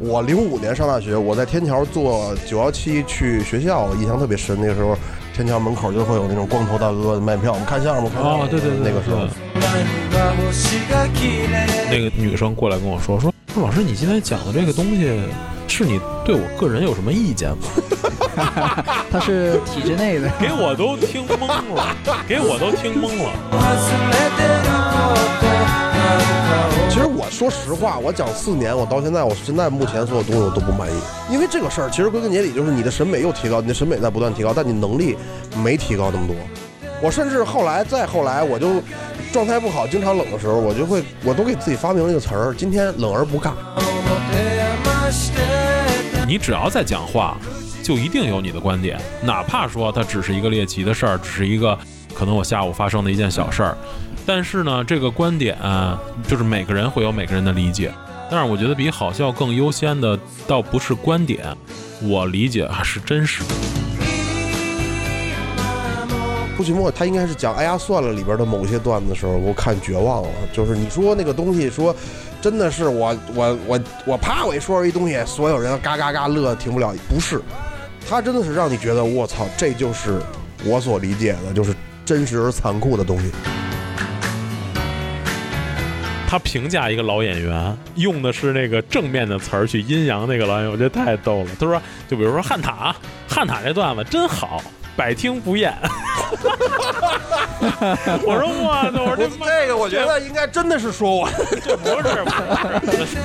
我零五年上大学，我在天桥坐九幺七去学校，我印象特别深。那个时候，天桥门口就会有那种光头大哥卖票，我们看相声吗？看相声哦对对对那个时候对那个女生过来跟我说说，老师，你今天讲的这个东西，是你对我个人有什么意见吗？他 是体制内的，给我都听懵了，给我都听懵了。其实我说实话，我讲四年，我到现在，我现在目前所有东西我都不满意，因为这个事儿，其实归根结底就是你的审美又提高，你的审美在不断提高，但你能力没提高那么多。我甚至后来再后来，我就状态不好，经常冷的时候，我就会我都给自己发明了一个词儿，今天冷而不尬。你只要在讲话，就一定有你的观点，哪怕说它只是一个猎奇的事儿，只是一个可能我下午发生的一件小事儿，但是呢，这个观点、就是每个人会有每个人的理解。但是我觉得比好笑更优先的，倒不是观点，我理解啊是真实。朱启墨他应该是讲“哎呀算了”里边的某些段子的时候，我看绝望了。就是你说那个东西说，真的是我我我我啪我一说一东西，所有人嘎嘎嘎乐得停不了。不是，他真的是让你觉得我操，这就是我所理解的，就是真实而残酷的东西。他评价一个老演员，用的是那个正面的词儿去阴阳那个老演员，我觉得太逗了。他说，就比如说汉塔，汉塔这段子真好，百听不厌。 我说我操，我说这妈这个我觉得应该真的是说我这不是不是。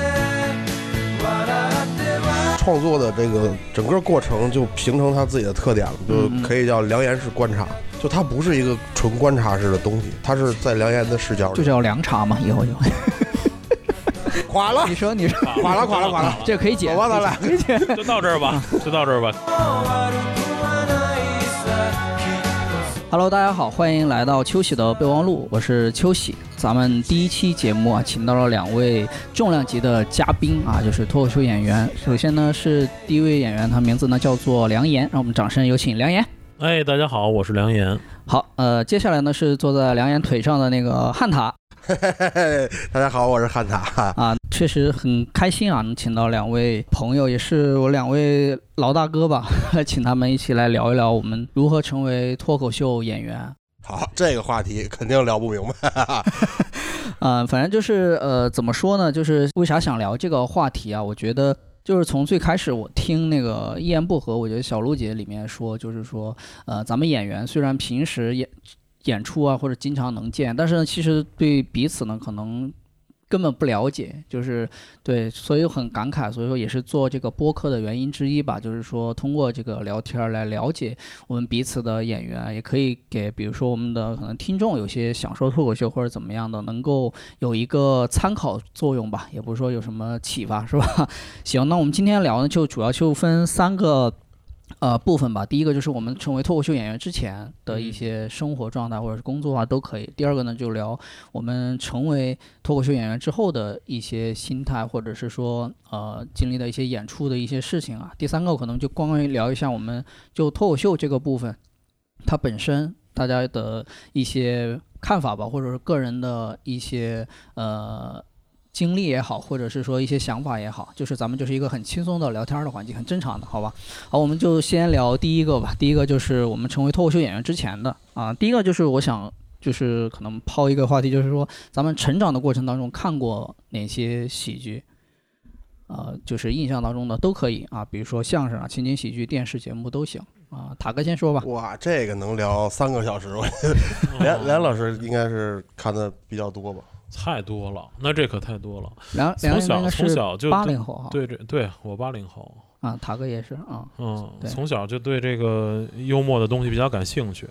创作的这个整个过程就形成他自己的特点了，就可以叫良言式观察。就它不是一个纯观察式的东西，它是在良言的视角里就叫凉茶嘛，以后就。垮了 你，说，你说，垮了，垮了，垮了。 这可以解，走吧咱俩可以解。就到这儿吧，就到这儿吧。 Hello，大家好，欢迎来到秋喜的备忘录，我是秋喜。咱们第一期节目啊，请到了两位重量级的嘉宾啊，就是脱口秀演员。首先呢是第一位演员，他名字呢叫做梁岩，让我们掌声有请梁岩。哎，大家好，我是梁岩。好，呃，接下来呢是坐在梁岩腿上的那个汉塔嘿嘿， 大家好，我是汉塔。啊，确实很开心啊，能请到两位朋友，也是我两位老大哥吧， 来请他们一起来聊一聊我们如何成为脱口秀演员。好，这个话题肯定聊不明白。嗯，反正就是呃，怎么说呢？就是为啥想聊这个话题啊？我觉得就是从最开始我听那个《一言不合》，我觉得小璐姐里面说，就是说呃，咱们演员虽然平时演演出啊或者经常能见，但是呢，其实对彼此呢可能。根本不了解，就是对，所以很感慨，所以说也是做这个播客的原因之一吧，就是说通过这个聊天儿来了解我们彼此的演员，啊也可以给比如说我们的可能听众有些想说脱口秀或者怎么样的，能够有一个参考作用吧，也不是说有什么启发，是吧？ 行，那我们今天聊呢，就主要就分三个。呃，部分吧。第一个就是我们成为脱口秀演员之前的一些生活状态或者是工作啊，都可以。第二个呢，就聊我们成为脱口秀演员之后的一些心态，或者是说呃经历的一些演出的一些事情啊。第三个可能就关于聊一下我们就脱口秀这个部分，它本身大家的一些看法吧，或者是个人的一些呃经历也好，或者是说一些想法也好，就是咱们就是一个很轻松的聊天儿的环境，很正常的，好吧？好，我们就先聊第一个吧。第一个就是我们成为脱口秀演员之前的啊，第一个就是我想。就是可能抛一个话题，就是说咱们成长的过程当中看过哪些喜剧，呃，就是印象当中的都可以啊，比如说相声啊、情景喜剧、电视节目都行啊。塔哥先说吧。哇，这个能聊三个小 时，我觉得梁梁老师应该是看的比较多吧？哦太多了，那这可太多了。梁从梁岩应小该从是小就八零后哈，对这对我八零后，啊，塔哥也是啊，嗯，对从小就对这个幽默的东西比较感兴趣。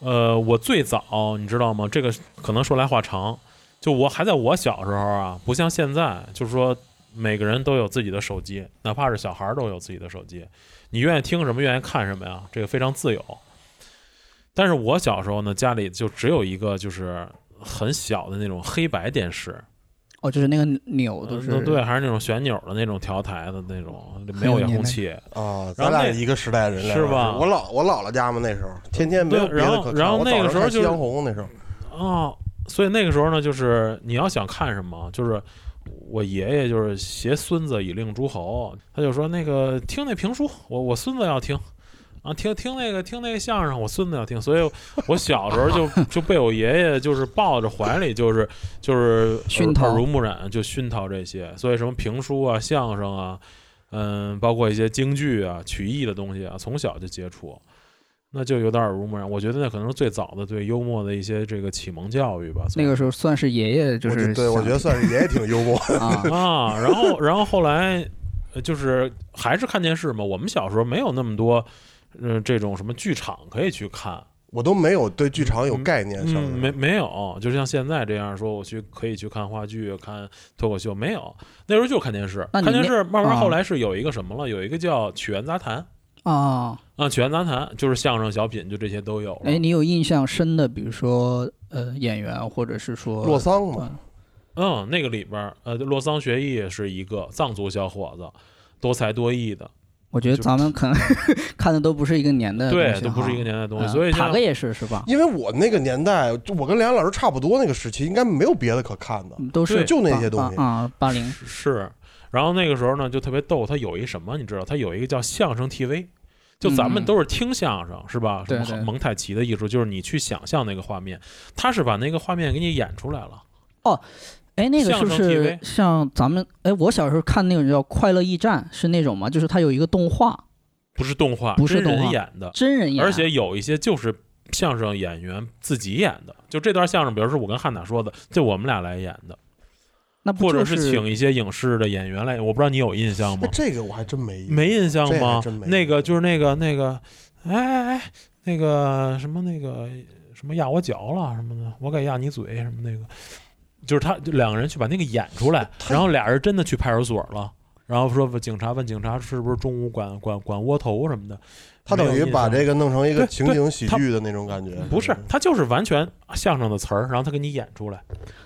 呃，我最早你知道吗？这个可能说来话长，就我还在我小时候啊，不像现在，就是说每个人都有自己的手机，哪怕是小孩儿都有自己的手机，你愿意听什么，愿意看什么呀，这个非常自由。但是我小时候呢，家里就只有一个就是很小的那种黑白电视，哦，就是那个钮都嗯是、对，还是那种旋钮的那种调台的那种，没有有遥年控代器。啊，然咱后俩那是一个时代人，是梁老师吧我姥我姥姥家嘛，那时候天天没有别对然的后可看。然后我那个早上时候看就夕是阳红，那时候哦，所以那个时候呢，就是你要想看什么，就是我爷爷就是携孙子以令诸侯，他就说那个听那评书，我我孙子要听。啊，听听那个听那个相声，我孙子要听，所以我小时候就 就被我爷爷就是抱着怀里，就是就是熏陶耳濡目染，就熏陶这些。所以什么评书啊、相声啊，嗯，包括一些京剧啊、曲艺的东西啊，从小就接触，那就有点耳濡目染。我觉得那可能是最早的对幽默的一些这个启蒙教育吧。算那是，个时候算是爷爷，就我觉是得对，我觉得算是也挺幽默。 想啊啊，然后然后后来呃就是还是看电视嘛，我们小时候没有那么多，嗯、这种什么剧场可以去看，我都没有对剧场有概念，哎小时候嗯，没没有，就是像现在这样说，我去可以去看话剧、看脱口秀，没有，那时候就看电视，那看你电那视，慢慢啊后来是有一个什么了，有一个叫《曲苑杂谈》。啊，啊，曲苑杂谈就是相声、小品，就这些都有了。哎，你有印象深的，比如说呃演员，或者是说洛桑嘛，嗯，那个里边儿，呃，洛桑学艺是一个藏族小伙子，多才多艺的，我觉得就咱们可能 看的都不是一个年代的东西对哈，，都不是一个年代的东西。嗯所以塔像哥也是是吧？因为我那个年代，就我跟梁老师差不多那个时期，应该没有别的可看的。嗯都是对就那八些东西啊啊，八零是，然后那个时候呢，就特别逗，他有一什么，你知道，他有一个叫相声 TV，就咱们嗯都是听相声、是吧？什对么对蒙太奇的艺术，就是你去想象那个画面，他是把那个画面给你演出来了。哎，那个相是不声是像咱们？哎，我小时候看那种叫《快乐驿站》，是那种吗？就是它有一个动画，不是动画，不是真人动画演的，真人演，而且有一些就是相声演员自己演的，就这段相声，比如说我跟汉娜说的，就我们俩来演的，那不或者就是请一些影视的演员来，我不知道你有印象那吗？这个我还真没印象没印象这还吗真没？那印个象就是那个那个，哎哎哎，那个什么那个什么压我脚了什么的，我给压你嘴什么那个，就是他就两个人去把那个演出来，然后俩人真的去派出所了。然后说警察问警察是不是中午管管管窝头什么的，他等于把这嗯个个弄成一个对情对景喜他剧的那种感觉。不是他就是完全相声的词儿，然后他给你演出来。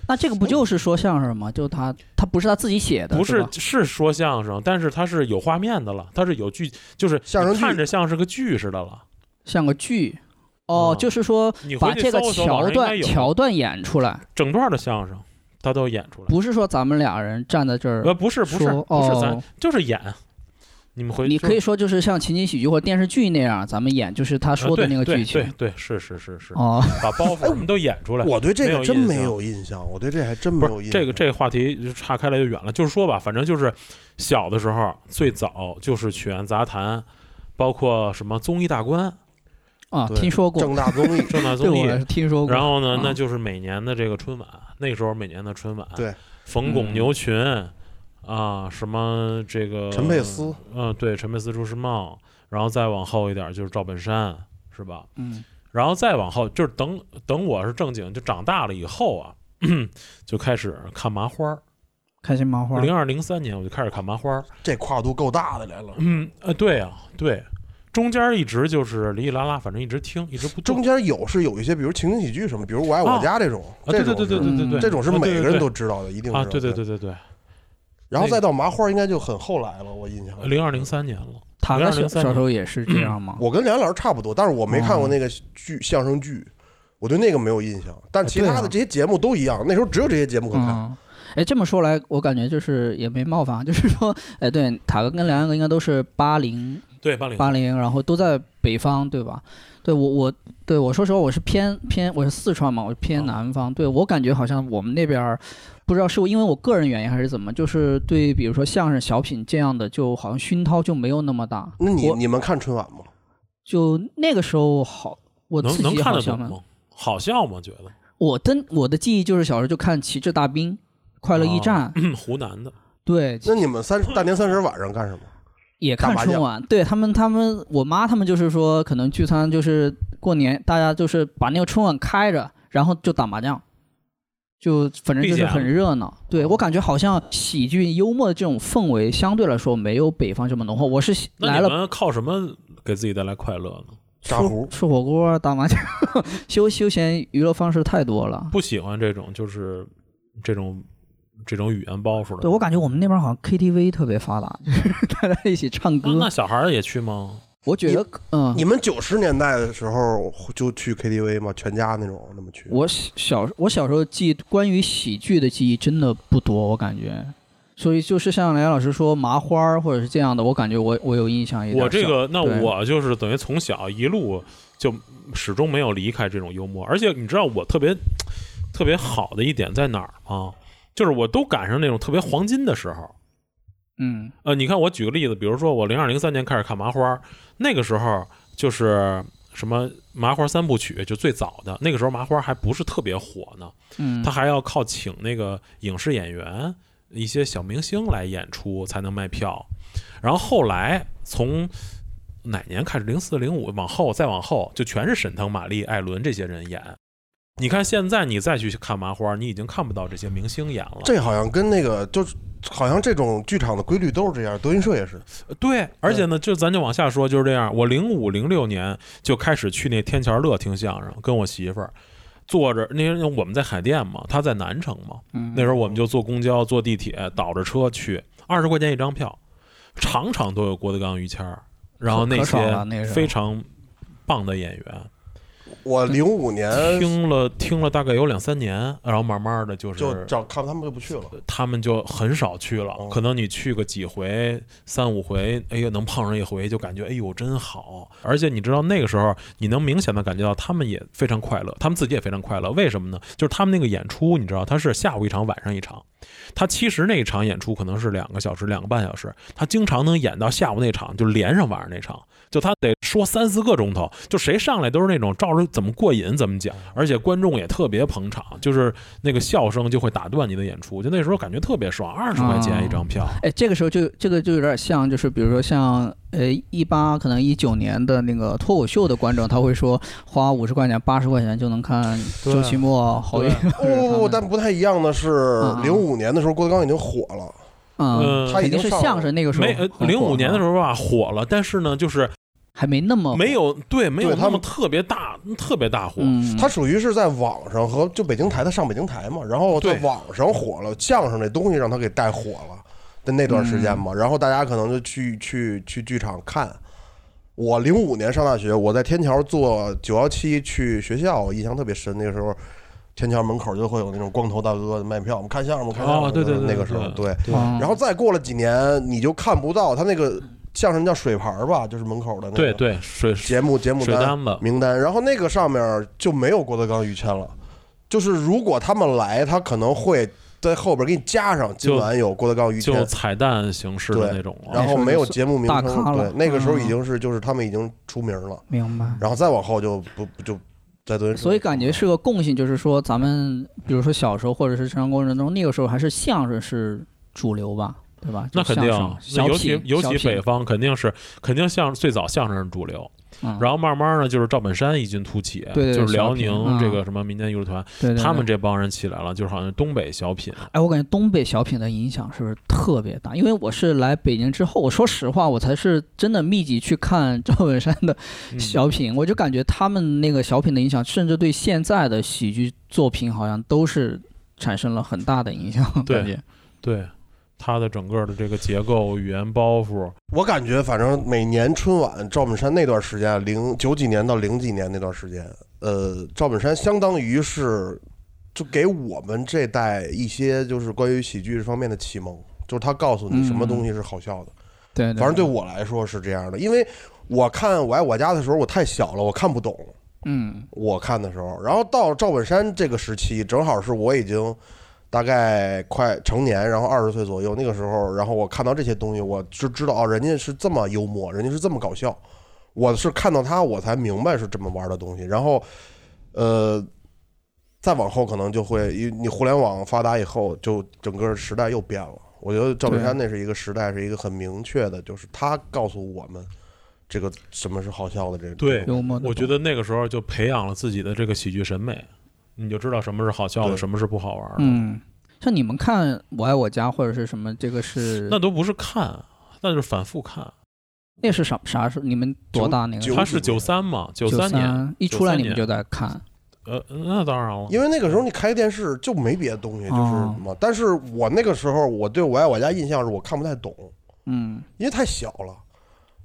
那这个不就是说相声吗？就他他不是他自己写的，不是是吧是说相声，但是它是有画面的了，它是有剧，就是相声你看剧着像是个剧似的了。像个剧哦，嗯就是说你回把去这个搜一搜网桥上应该段有桥段演出来，整段的相声，他都演出来。不是说咱们俩人站在这儿呃，不是不是说不是，咱哦就是演。你们回去你就可以说就是像情景喜剧或者电视剧那样，咱们演就是他呃说对的那个对剧对情对是是是是，哦，把包袱什么都演出来。 我对这没个有真印没象有印象，我对这还真没有不印是象。这个这个话题就岔开来就远了，就是说吧，反正就是小的时候最早就是曲苑杂谈，包括什么综艺大观、啊，对听说过，正大综 艺正大对综艺我，是听说过。然后呢啊，那就是每年的这个春晚，那时候每年的春晚，对，冯嗯巩、牛群啊，什么这个陈佩斯，嗯，对，陈佩斯、朱时茂，然后再往后一点就是赵本山，是吧？嗯，然后再往后就是等等我是正经就长大了以后啊， 就开始看麻花儿。开心麻花零二零三年我就开始看麻花儿，这跨度够大的来了。嗯，呃，对啊，对，中间一直就是哩哩啦啦，反正一直听，一直不中动。间有是有一些，比如情景喜剧什么，比如《我爱我啊家》这种，啊，这对种对对对是对对嗯对，这种是啊每个对对人对都知道的，一定啊，知道对对。对对对，然后那再到麻花，应该就很后来了，我印象。零二零三年了。塔哥小0203小时候也是这 样吗？我跟梁老师差不多，但是我没看嗯过那个剧相声剧，我对那个没有印象。但其对啊他的这些节目都一样，那时候只有这些节目可看。嗯，哎，这么说来，我感觉就是也没冒犯，就是说，哎，对，塔哥跟梁安哥应该都是八零对，八零八零，然后都在北方，对吧？对我我对我说实话，我是偏偏我是四川嘛，我是偏啊南方，对我感觉好像我们那边儿不知道是因为我个人原因还是怎么，就是对比如说相声、小品这样的，就好像熏陶就没有那么大。那你我你们看春晚吗？就那个时候好，我自能能己看好得像懂吗？好笑吗？觉得我真我的记忆就是小时候就看《旗帜大兵》《快乐驿哦站》嗯湖南的对，那你们三大年三十晚上干什么？也打看麻春将晚，对他们，他们我妈他们就是说，可能聚餐就是过年，大家就是把那个春晚开着，然后就打麻将，就反正就是很 BGM 热闹。对哦我感觉好像喜剧幽默的这种氛围相对来说没有北方这么浓厚。我是喜那来你了们靠什么给自己带来快乐呢？炸胡吃火锅、打麻将， 休休闲娱乐方式太多了。不喜欢这种就是这种这种语言包袱的。对我感觉我们那边好像 KTV 特别发达，就是大家一起唱那歌那。小孩儿也去吗？我觉得，嗯，你们九十年代的时候就去 KTV 吗？全家那种那么去？我小我小时候记关于喜剧的记忆真的不多，我感觉，所以就是像梁岩老师说麻花儿或者是这样的，我感觉我我有印象也。我这个，那对我就是等于从小一路就始终没有离开这种幽默，而且你知道我特别特别好的一点在哪儿吗？就是我都赶上那种特别黄金的时候。嗯呃，你看我举个例子，比如说我零二零三年开始看麻花，那个时候就是什么麻花三部曲，就最早的那个时候麻花还不是特别火呢，嗯，他还要靠请那个影视演员、一些小明星来演出才能卖票。然后后来从哪年开始，零四零五往后再往后，就全是沈腾、马丽、艾伦这些人演。你看现在你再去看麻花，你已经看不到这些明星演了。这好像跟那个就是，好像这种剧场的规律都是这样，德云社也是。对，而且呢，就咱就往下说，就是这样。我零五零六年就开始去那天桥乐听相声，跟我媳妇儿坐着，那时候我们在海淀嘛，她在南城嘛，嗯那时候我们就坐公交、坐地铁，倒着车去，二十块钱一张票，场场都有郭德纲、于谦儿，然后可爽了那些时候非常棒的演员，我零五年嗯听了听了大概有两三年，然后慢慢的就是就找看他们就不去了。他们就很少去了，可能你去个几回、三五回，哎呦，能碰上一回就感觉哎呦真好。而且你知道那个时候，你能明显的感觉到他们也非常快乐，他们自己也非常快乐。为什么呢？就是他们那个演出，你知道，他是下午一场，晚上一场。他其实那一场演出可能是两个小时、两个半小时，他经常能演到下午那场，就连上晚上那场，就他得说三四个钟头，就谁上来都是那种照着怎么过瘾怎么讲，而且观众也特别捧场，就是那个笑声就会打断你的演出，就那时候感觉特别爽，二十块钱一张票，哎，这个时候就这个就有点像，就是比如说像呃一八可能一九年的那个脱口秀的观众，他会说花五十块钱八十块钱就能看周奇墨、侯宇啊不不不，哦但不太一样的是嗯，嗯零五年的时候郭德纲已经火了，嗯，嗯他肯已定经是上相了声那个时候没呃很零火五年的时嘛候吧火了，但是呢就是还没那么火没有对没有对他那么们特别大特别大火，嗯，他属于是在网上和就北京台，他上北京台嘛，然后在对网上火了，相声这东西让他给带火了的那段时间嘛，嗯然后大家可能就去去去剧场看。我零五年上大学，我在天桥坐九幺七去学校，我印象特别深。那个时候，天桥门口就会有那种光头大哥卖票，我们看相声，我们看相声。哦对对对那个时候对对。嗯然后再过了几年，你就看不到他那个相声叫水牌儿吧，就是门口的那个。对对水节目节目水单单子名单，然后那个上面就没有郭德纲、于谦了。就是如果他们来，他可能会在后边给你加上今晚有郭德纲、于就谦，彩蛋形式对的那种啊了。然后没有节目名那时候就称大咖，了对，那个时候嗯已经是就是他们已经出名了，明白。然后再往后就不不就在德云社，所以感觉是个共性，就是说咱们比如说小时候或者是成长过程中，那个时候还是相声是主流吧，对吧？那就肯相定声，那小尤品其尤小其品北方肯定是肯定像最早相声是主流，嗯然后慢慢呢就是赵本山异军突起，对对就是小辽品宁嗯这个什么民间艺术团，对对对他们这帮人起来了，就是好像东北小品，啊哎，我感觉东北小品的影响是不是特别大？因为我是来北京之后，我说实话，我才是真的密集去看赵本山的嗯小品，我就感觉他们那个小品的影响，甚至对现在的喜剧作品好像都是产生了很大的影响。对感觉对他的整个的这个结构、语言包袱，我感觉反正每年春晚赵本山那段时间，零九几年到零几年那段时间，呃，赵本山相当于是就给我们这代一些就是关于喜剧这方面的启蒙，就是他告诉你什么东西是好笑的。对，反正对我来说是这样的，因为我看《我爱我家》的时候我太小了，我看不懂。嗯我看的时候，然后到赵本山这个时期，正好是我已经大概快成年，然后二十岁左右那个时候，然后我看到这些东西，我就知道哦，人家是这么幽默，人家是这么搞笑，我是看到他我才明白是这么玩的东西，然后呃，再往后可能就会，因为你互联网发达以后，就整个时代又变了。我觉得赵本山那是一个时代，是一个很明确的，就是他告诉我们这个什么是好笑的这个。对幽默的我觉得那个时候就培养了自己的这个喜剧审美，你就知道什么是好笑的，对什么是不好玩的，嗯，像你们看《我爱我家》或者是什么，这个是那都不是看，那就是反复看。那是啥啥时候？你们多大那个时九候？他是九三嘛，九三三年，一出来93你们年就在看，呃，那当然了，因为那个时候你开电视就没别的东西，就是哦什么。但是我那个时候我对我爱我家印象是我看不太懂，嗯因为太小了。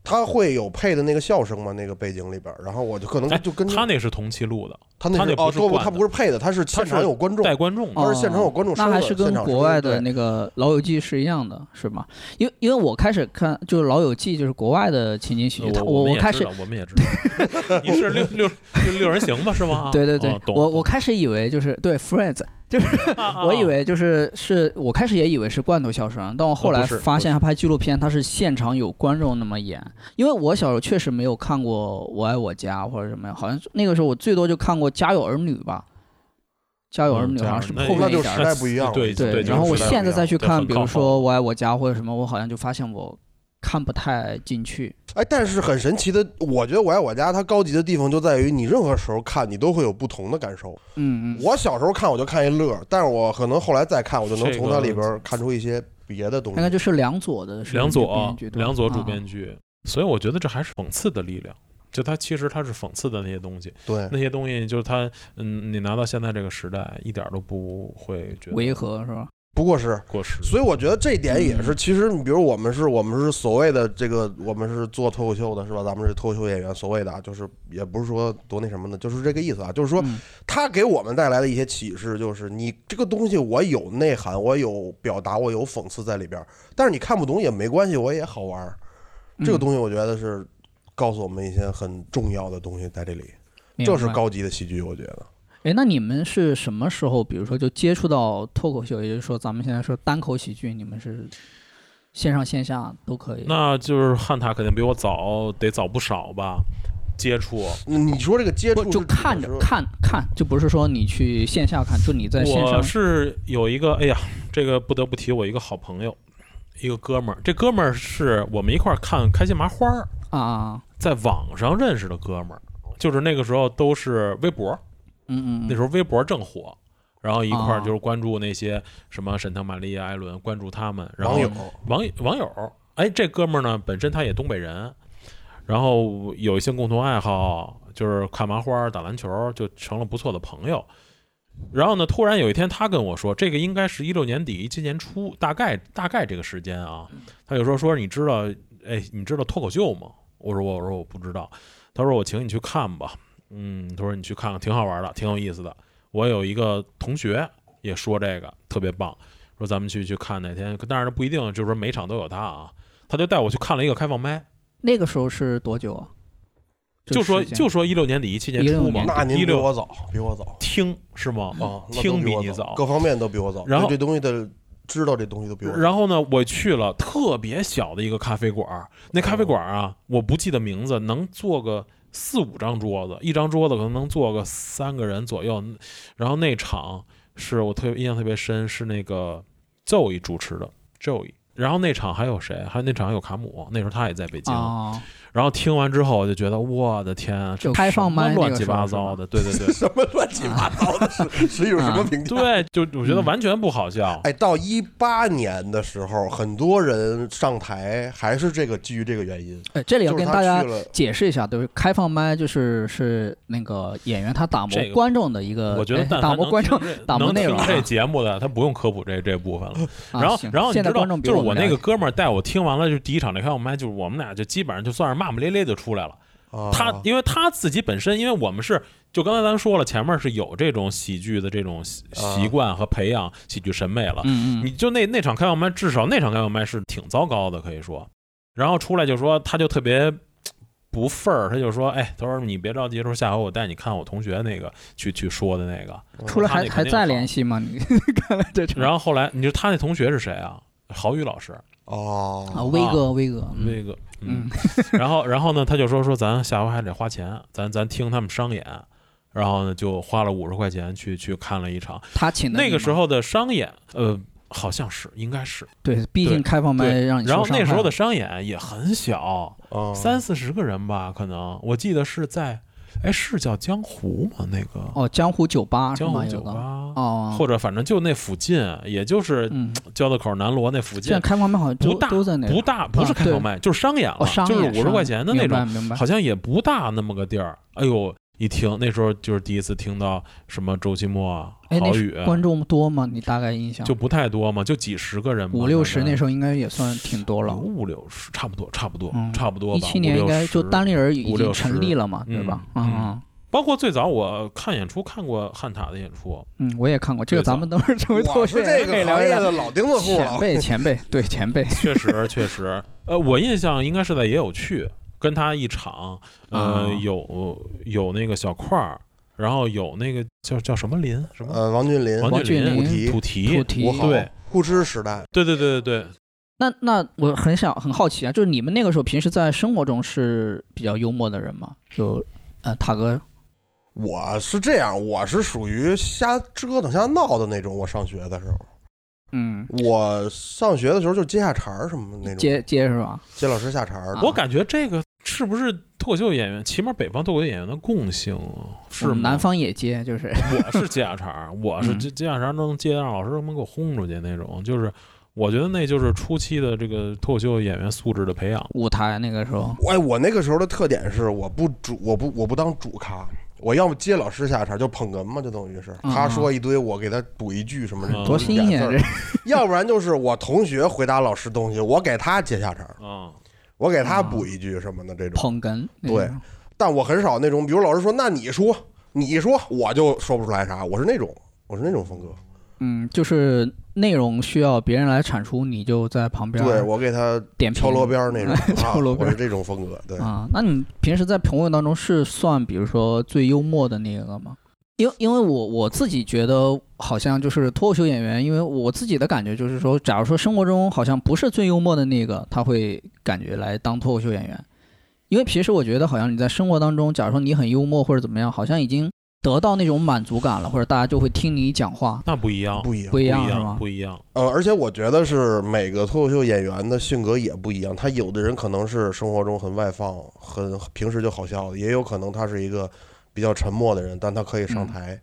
他会有配的那个笑声吗？那个背景里边儿，然后我就可能哎就跟着 他那是同期录的，他那他是那哦，不是说不，惯的他不是配的，他是他现是场有观众，带观众的。他是现场有观众哦那还收的是跟现场国外的收那个《老友记》是一样的，是吗？因为因为我开始看就是《老友记》，就是国外的情景喜剧，它呃我我们我也开知始道我们也知道， 你是六六六六人行吧？是吗？对对对哦，懂我我开始以为就是对 Friends，我啊以为就是是我开始也以为是罐头笑声，但我后呃来不是发不现他拍纪录片，他是现场有观众那么演。因为我小时候确实没有看过《我爱我家》或者什么呀，好像那个时候我最多就看过《家有儿女》吧，《家有儿嗯女》家好像有是儿女后那面就是一点时儿。代不一样了，对对，这然个后我时代现不在一再样去这很看，比如靠后说《我爱我家》或者什么，我好像就发现我看不太进去。哎，但是很神奇的，我觉得《我爱我家》它高级的地方就在于，你任何时候看，你都会有不同的感受。嗯嗯，我小时候看我就看一乐儿，但是我可能后来再看，我就能这从个它里边儿看出一些别的东大概西。就是梁左的是梁编左剧，对吧梁左主啊编剧，所以我觉得这还是讽刺的力量。就他其实他是讽刺的那些东西，对，那些东西就是他，嗯，你拿到现在这个时代，一点儿都不会觉得违和是吧？不过是，过时。所以我觉得这点也是，嗯其实你比如我们是我们是所谓的这个，我们是做脱口秀的是吧？咱们是脱口秀演员，所谓的啊，就是也不是说多那什么的，就是这个意思啊，就是说嗯他给我们带来的一些启示，就是你这个东西我有内涵，我有表达，我有讽刺在里边儿，但是你看不懂也没关系，我也好玩儿。嗯这个东西我觉得是告诉我们一些很重要的东西在这里，嗯这是。明白高级的喜剧，我觉得。哎，那你们是什么时候，比如说就接触到脱口秀，也就是说咱们现在说单口喜剧，你们是线上线下都可以？那就是汉塔肯定比我早，得早不少吧？接触那你说这个接触嗯不是就指的看着是看看，就不是说你去线下看，就你在线上我是有一个，哎呀，这个不得不提我一个好朋友，一个哥们儿。这哥们儿是我们一块儿看《开心麻花》儿，啊啊，在网上认识的哥们儿，就是那个时候都是微博，嗯嗯，那时候微博正火，然后一块啊儿就是关注那些什么沈腾、玛丽、艾伦，关注他们，然后网友网网友，哎，这哥们儿呢，本身他也东北人，然后有一些共同爱好，就是看麻花、打篮球，就成了不错的朋友。然后呢，突然有一天，他跟我说，这个应该是一六年底、一七年初，大概大概这个时间啊。他就说说，你知道，哎，你知道脱口秀吗？我说我我说我不知道。他说我请你去看吧，嗯，他说你去看看，挺好玩的，挺有意思的。我有一个同学也说这个特别棒，说咱们去去看哪天，但是不一定，就是说每场都有他啊。他就带我去看了一个开放麦，那个时候是多久啊？这就说时间就说一六年底一七年16初年嘛，那您一比六我早，比我早听是吗？啊，哦那都听比我你早各方面都比我早。然后对这东西的知道这东西都比我早。然后呢，我去了特别小的一个咖啡馆儿，那咖啡馆儿啊，我不记得名字，能坐个四五张桌子，一张桌子可能能坐个三个人左右。然后那场是我特别印象特别深，是那个 Zoe 主持的 Joey。然后那场还有谁？还有那场还有卡姆，那时候他也在北京。啊，然后听完之后，我就觉得我的天啊，这就开什么放麦那乱个七时候八是糟吧的，对 对对什么乱七八糟的是是有什么评价？对，就我觉得嗯完全不好笑。哎，到一八年的时候，很多人上台还是这个基于这个原因，哎，这里要就是跟他大家去了。解释一下，就是开放麦，就是是那个演员他打磨这个观众的一个，我觉得哎但打凡磨能观众听这打磨能内容听这啊节目的，他不用科普这这部分了。啊然后行，然后你现在知道观，众比就是我我们了那个解哥们儿带我听完了，就是第一场那开放麦，就是我们俩就基本上就算是骂骂咧咧就出来了。哦啊他因为他自己本身，因为我们是就刚才咱说了，前面是有这种喜剧的这种习哦啊习惯和培养喜剧审美了。嗯嗯，你就那那场开放麦，至少那场开放麦是挺糟糕的，可以说。然后出来就说，他就特别不忿儿，他就说：“哎，他说你别着急，说下回我带你看我同学那个去去说的那个。”出来他还那肯还定在好联系吗？你 看来这场然后后来，你就他那同学是谁啊？郝宇老师，啊，哦，威啊哥威哥，嗯那个，嗯， 然后然后呢，他就说说咱下回还得花钱，咱咱听他们商演，然后呢就花了五十块钱去去看了一场，他请的那你个吗时候的商演，呃。好像是，应该是。对，毕竟开放麦对让你然后受伤那时候害的商演也很小，哦三四十个人吧，可能我记得是在，哎，是叫江湖吗？那个哦，江湖酒吧是江吗？湖有酒的吧，哦，或者反正就那附近，也就是嗯，交道口南锣那附现近在，开放麦好像不都大都在那不儿大，不是啊开对放麦，就是商演了，哦，商就是业五十块钱的那，商业种，明白明白好像也不大那么个地儿。哎呦，一听那时候就是第一次听到什么周奇墨啊、哎，那郝时宇候，观众多吗？你大概印象就不太多嘛，就几十个人吧，五六十那候时候应该也算挺多了。五六十差不多，差不多，嗯差不多一吧。七年应该就五六十单立人五已六经十成立了嘛，对嗯吧？嗯嗯包括最早我看演出看过汉塔的演出， 嗯，我也看过这个，最早咱们等会儿成为脱我口秀是演这员可个以聊行一业聊。的老钉子户前了，辈，前辈，对前辈，确实确实，呃，我印象应该是在也有趣跟他一场，呃，啊有有那个小块儿，然后有那个叫叫什么林什么呃，王俊林、王俊王武俊林、蹄、土主提，哦题吴。豪对、呼之时代，对对对对对，那那我很想很好奇啊，就是你们那个时候平时在生活中是比较幽默的人吗？就呃，塔哥，我是这样，我是属于瞎折腾、瞎闹的那种。我上学的时候，嗯，我上学的时候就接下茬儿什么那种，接接接是吧？老师下茬儿啊。我感觉这个是不是脱口秀演员，起码北方脱口秀演员的共性啊？是我吗嗯们嗯南，方也接，就是我是接下茬儿，我是嗯接接下茬儿能接让老师能给我轰出去那种，就是我觉得那就是初期的这个脱口秀演员素质的培养。舞台那个时候，哎，我那个时候的特点是，我不主，我不，我不当主咖，我要么接老师下茬儿，就捧哏嘛，就等于是嗯他说一堆，我给他补一句什么的，嗯多新鲜呃俩字这儿！要不然就是我同学回答老师东西，我给他接下茬儿，啊，我给他补一句什么的这种。捧哏。那对种，但我很少那种，比如老师说，那你说，你说，我就说不出来啥，我是那种，我是那种风格。嗯，就是内容需要别人来产出，你就在旁边对我给他点评敲锣边儿那种，啊 敲锣啊，边我儿是这种风格。对，啊，那你平时在朋友当中是算比如说最幽默的那个吗？因为因为我我自己觉得好像就是脱口秀演员，因为我自己的感觉就是说，假如说生活中好像不是最幽默的那个，他会感觉来当脱口秀演员。因为平时我觉得好像你在生活当中，假如说你很幽默或者怎么样，好像已经得到那种满足感了，或者大家就会听你讲话，那不一样，不一样不。一一样是吗？不一样。呃，而且我觉得是每个脱口秀演员的性格也不一样，他有的人可能是生活中很外放，很平时就好笑，也有可能他是一个比较沉默的人，但他可以上嗯台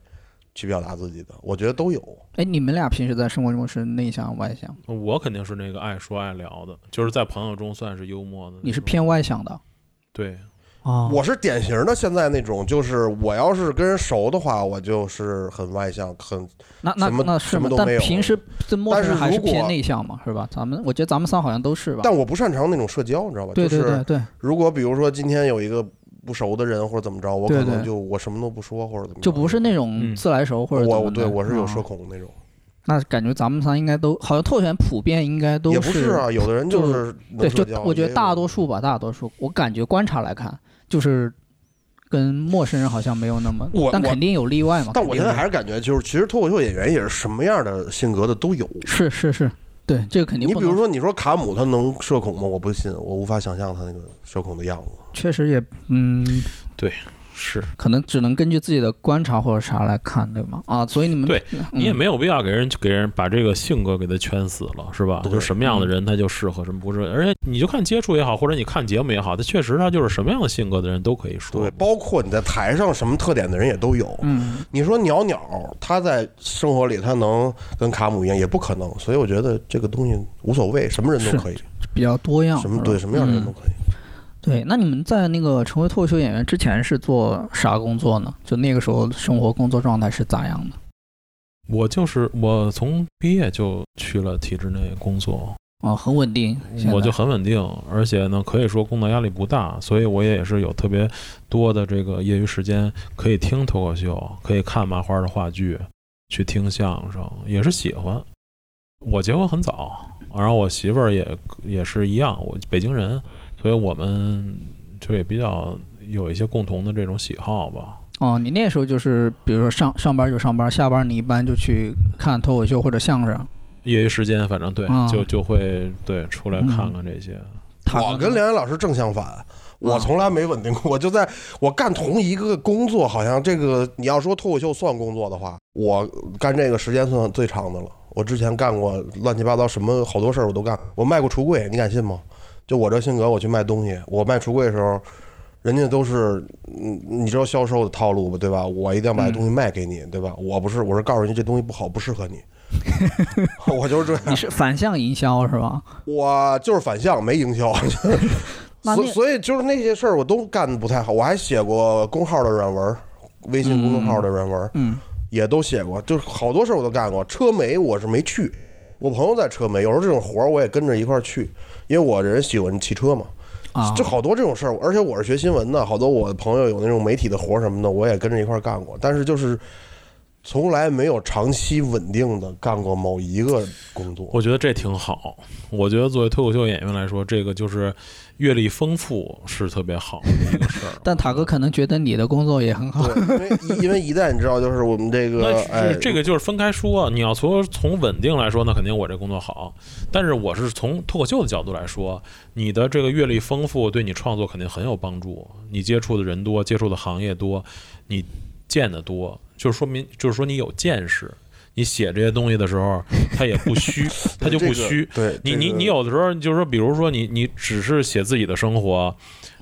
去表达自己的，我觉得都有。哎，你们俩平时在生活中是内向外向？我肯定是那个爱说爱聊的，就是在朋友中算是幽默的那种。你是偏外向的对，啊？我是典型的现在那种，就是我要是跟人熟的话，我就是很外向，很那那什么那是什么吗都？但没有平时这陌生人还但是是如果偏内向嘛，是吧？咱们我觉得咱们仨好像都是吧。但我不擅长那种社交，你知道吧？对对就对是对，如果比如说今天有一个不熟的人或者怎么着，我对可对能就我什么都不说或者怎么着，就不是那种嗯自来熟或者我怎么我的对我是有啊社恐那种，那感觉咱们仨应该都好像拓选普遍应该都也不是啊，有的人就是对，能社就交，我觉也得有大多数吧，大多数我感觉观察来看，就是跟陌生人好像没有那么我，但我肯定有例外嘛。但我肯定现在有还是感觉就是，其实脱口秀演员也是什么样的性格的都有。是是是，对这个肯定你不比如能，说，你说卡姆他能社恐吗？我不信，我无法想象他那个社恐的样子。确实也嗯，是可能只能根据自己的观察或者啥来看，对吗？啊，所以你们对你也嗯没有必要给人给人把这个性格给他圈死了，是吧？对就什么样的人他就适合什么不适合，而且你就看接触也好，或者你看节目也好，他确实他就是什么样的性格的人都可以说对，。包括你在台上什么特点的人也都有。嗯，你说鸟鸟，他在生活里他能跟卡姆一样，也不可能。所以我觉得这个东西无所谓，什么人都可以，比较多样，什是么吧对什么样的人都嗯可以。对，那你们在那个成为脱口秀演员之前是做啥工作呢？就那个时候生活工作状态是咋样的？我就是我从毕业就去了体制内工作，哦，很稳定，现我在就很稳定，而且呢可以说工作压力不大，所以我也是有特别多的这个业余时间可以听脱口秀，可以看麻花的话剧，去听相声，也是喜欢。我结婚很早，然后我媳妇儿也也是一样，我北京人，所以我们就也比较有一些共同的这种喜好吧。哦，你那时候就是比如说上上班就上班，下班你一般就去看脱口秀或者相声。业余时间反正对，啊就就会对出来看看这些。他我跟梁岩老师正相反，我从来没稳定过。我就在我干同一个工作，好像这个你要说脱口秀算工作的话，我干这个时间算最长的了。我之前干过乱七八糟什么好多事儿我都干，我卖过橱柜，你敢信吗？就我这性格，我去卖东西，我卖橱柜的时候。人家都是，嗯，你知道销售的套路吧，对吧？我一定要把这东西卖给你，对吧？我不是，我是告诉人家这东西不好，不适合你。 我就是这样，你是反向营销是吧？我就是反向，没营 销。那所那所以就是那些事儿我都干的不太好，我还写过公号的软文儿，微信公众号的人文，嗯也都写过，就是好多事儿我都干过。车媒我是没去，我朋友在车媒，有时候这种活儿我也跟着一块儿去，因为我这人喜欢骑车嘛。啊，。就好多这种事儿，而且我是学新闻的，好多我朋友有那种媒体的活儿什么的，我也跟着一块儿干过，但是就是从来没有长期稳定的干过某一个工作。我觉得这挺好。我觉得作为脱口秀演员来说，这个就是阅历丰富是特别好的一个 事儿但塔哥可能觉得你的工作也很好，对，因为一因为一旦你知道，就是我们这个那，哎是，这个就是分开说。啊你要从从稳定来说，那肯定我这工作好。但是我是从脱口秀的角度来说，你的这个阅历丰富，对你创作肯定很有帮助。你接触的人多，接触的行业多，你见得多，就是说明，就是说你有见识。你写这些东西的时候，它也不虚， 它就不虚。这个对，你这你个你有的时候就是说，比如说你你只是写自己的生活，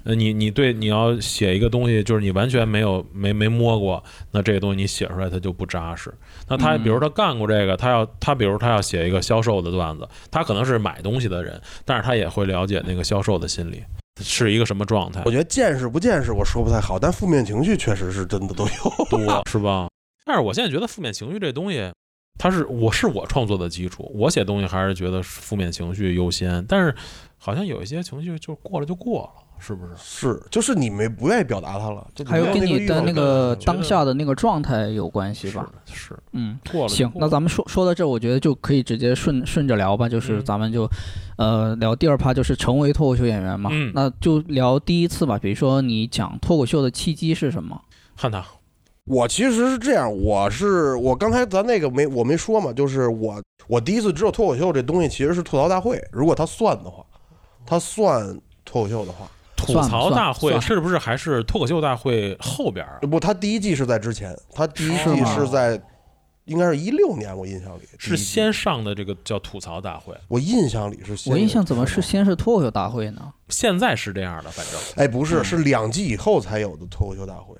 呃，你你对你要写一个东西，就是你完全没有没没摸过，那这个东西你写出来它就不扎实。那他嗯比如他干过这个，他要他比如他要写一个销售的段子，他可能是买东西的人，但是他也会了解那个销售的心理是一个什么状态我，觉得见识不见识我说不太好，但负面情绪确实是真的都有。 多是吧？但是我现在觉得负面情绪这东西，它是我是我创作的基础，我写东西还是觉得负面情绪优先，但是好像有一些情绪就过了就过了，是不是？是， 就是你没不愿意表达它了，就还有跟你的那那个觉得当下的那个状态有关系吧？是是嗯，过了就行，过那了咱们说说到这儿，我觉得就可以直接顺顺着聊吧，就是嗯咱们就，呃，聊第二趴，就是成为脱口秀演员嘛。嗯那就聊第一次吧，比如说你讲脱口秀的契机是什么？汉塔我其实是这样，我是我刚才咱那个没我没说嘛，就是我我第一次知道脱口秀这东西其实是吐槽大会，如果它算的话，它算脱口秀的话，吐算了槽大算会了嗯是不是还是脱口秀大会后边儿？不，它第一季是在之前，它第一是季吗是在应该是一六年，我印象里嗯第是一季先上的这个叫吐槽大会，我印象里是先我印象有怎么是先是脱口秀大会呢？现在是这样的，反正哎不嗯是是两季以后才有的脱口秀大会，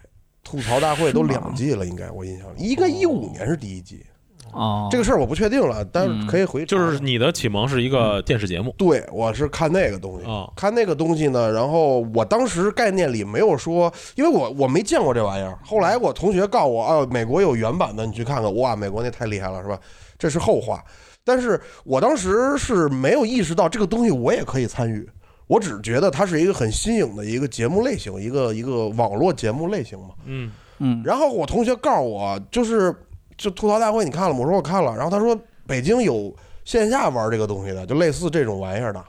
吐槽大会都是吗两季了，应该我印象里应该一五年是第一季。哦，这个事儿我不确定了，但嗯是可以回查就是你的启蒙是一个电视节目对，我是看那个嗯东西，啊，看那个东西呢，然后我当时概念里没有说，因为我我没见过这玩意儿。后来我同学告我，啊，美国有原版的，你去看看。哇，美国那太厉害了，是吧？这是后话。但是我当时是没有意识到这个东西我也可以参与，我只觉得它是一个很新颖的一个节目类型，一个一个网络节目类型嘛。嗯，嗯，然后我同学告诉我，就是就吐槽大会你看了吗？我说我看了。然后他说北京有线下玩这个东西的，就类似这种玩意儿的，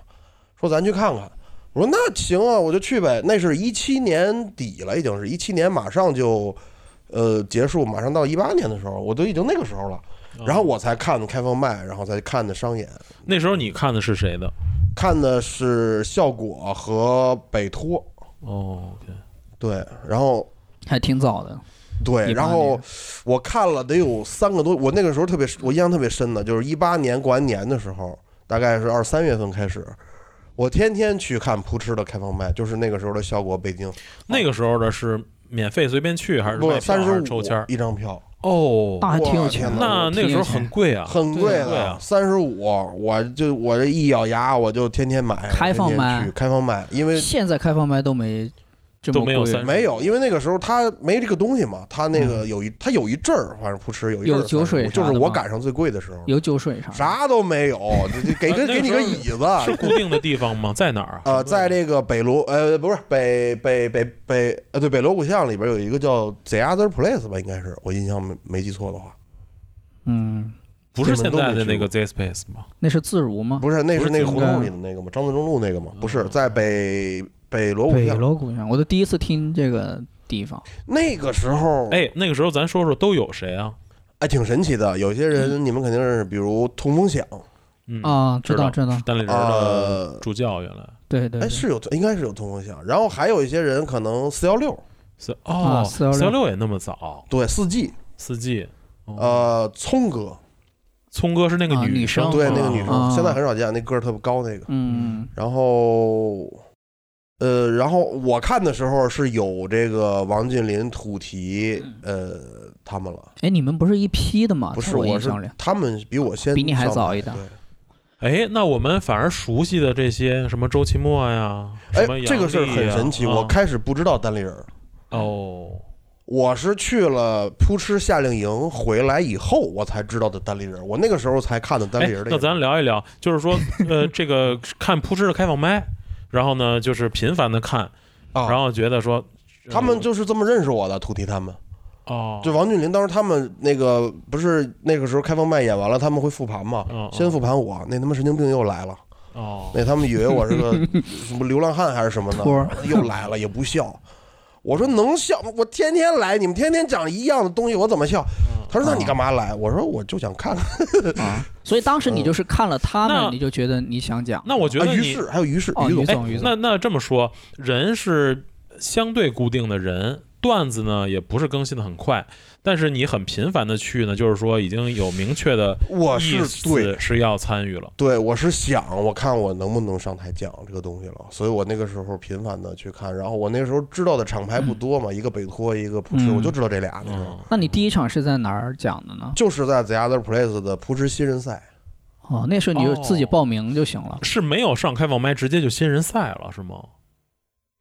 说咱去看看。我说那行啊，我就去呗。那是一七年底了，已经是一七年，马上就呃结束，马上到一八年的时候，我都已经那个时候了。然后我才看的开放麦，然后才看的商演，那时候你看的是谁的？看的是效果和北托。哦，OK，对，然后还挺早的。对， 18然后年我看了得有三个多，我那个时候特别，我印象特别深的，就是一八年过完年的时候，大概是二三月份开始，我天天去看扑哧的开放麦，就是那个时候的效果，北京那个时候的是免费随便去还是卖不票三十还五是抽签儿？一张票，哦，那还挺有哇钱天的。哪那那个时候很贵啊，很贵对的啊，三十五，我就我这一咬牙，我就天天买开放麦天天去开放麦，因为现在开放麦都没这么都没有贵三没有，因为那个时候他没这个东西嘛，他那个有一他有一阵儿，反正扑哧有一阵儿嗯有酒水35就啥是的我吗赶上最贵的时候，有酒水啥的？啥都没有，就就给啊个那给你个时候椅子，是固定的地方吗？在哪儿啊？呃，在这个北锣呃不是北北北北呃对北锣鼓巷里边有一个叫 The Other Place 吧，应该是我印象没没记错的话，嗯，不是现在的你那们都个没 Z Space 吗？那是自如吗？不是那不是是那个自胡贡同里的那个吗？张自忠路那个吗？不是，在北北锣鼓北巷锣鼓巷，我都第一次听这个地方。那个时候，哎，那个时候咱说说都有谁啊？哎，挺神奇的。有些人你们肯定认识，比如童风响，嗯，啊，知道知知道，单立人的呃，助教原来对对哎对，是有应该是有童风响，然后还有一些人可能四幺六四哦416四幺六也那么早，对四季四季，哦呃聪哥聪哥是那个啊女生生吗，对那个女啊生，现在很少见，那个儿特别高那个。嗯，然后，呃，然后我看的时候是有这个王俊林、土提，嗯呃，他们了，哎，你们不是一批的吗？不在是，啊我我印是象里，他们比我先比你还上早台一档对，哎，那我们反而熟悉的这些什么周奇墨呀，什么哎，杨这个事儿笠啊很嗯呀神奇，啊我开始不知道单立人儿，哦，我是去了扑哧夏令营回来以后，我才知道的单立人。我那个时候才看的单立人的。哎那咱聊一聊，就是说，呃，这个看扑哧的开放麦，然后呢，就是频繁的看，啊，然后觉得说，呃他们就是这么认识我的，土提他们。哦，就王俊霖当时他们那个不是那个时候开放麦演完了，他们会复盘嘛嗯嗯，先复盘我，那他妈神经病又来了，哦，那他们以为我是 个什么流浪汉还是什么呢托儿，又来了也不笑。我说能笑吗，我天天来，你们天天讲一样的东西，我怎么笑？嗯他说那你干嘛来？我说我就想看看。 啊，所以当呃时你就是看了他那们，你就觉得你想讲。那我觉得啊于你是还有于是哦于总于总哎，于那那这么说，人是相对固定的人，段子呢也不是更新的很快，但是你很频繁的去呢，就是说已经有明确的我意啊是对思是要参与了。对，我是想我看我能不能上台讲这个东西了，所以我那个时候频繁的去看，然后我那个时候知道的厂牌不多嘛，一个北托，一个普驰，嗯我就知道这俩那时候。嗯，那你第一场是在哪儿讲的呢？就是在 The Other Place 的扑哧新人赛，哦，那时候你就自己报名就行了。是没有上开放麦，直接就新人赛了是吗？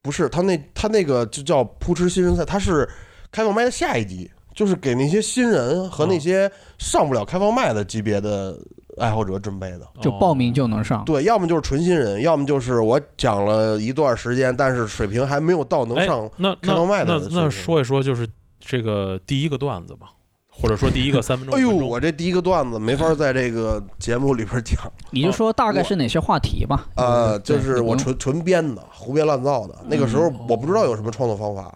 不是他那他那个就叫扑哧新人赛，他是开放麦的下一级，就是给那些新人和嗯那些上不了开放麦的级别的爱好者准备的。哦就报名就能上，对，要么就是纯新人，要么就是我讲了一段时间，但是水平还没有到能哎上。那开放麦那的那是那是说一说就是这个第一个段子吧，或者说第一个三分 钟。哎呦，五分钟我这第一个段子没法在这个节目里边讲，你就说大概是哪些话题吧。哦呃，对就是我，纯纯编的，胡编乱造的。那个时候我不知道有什么创作方法，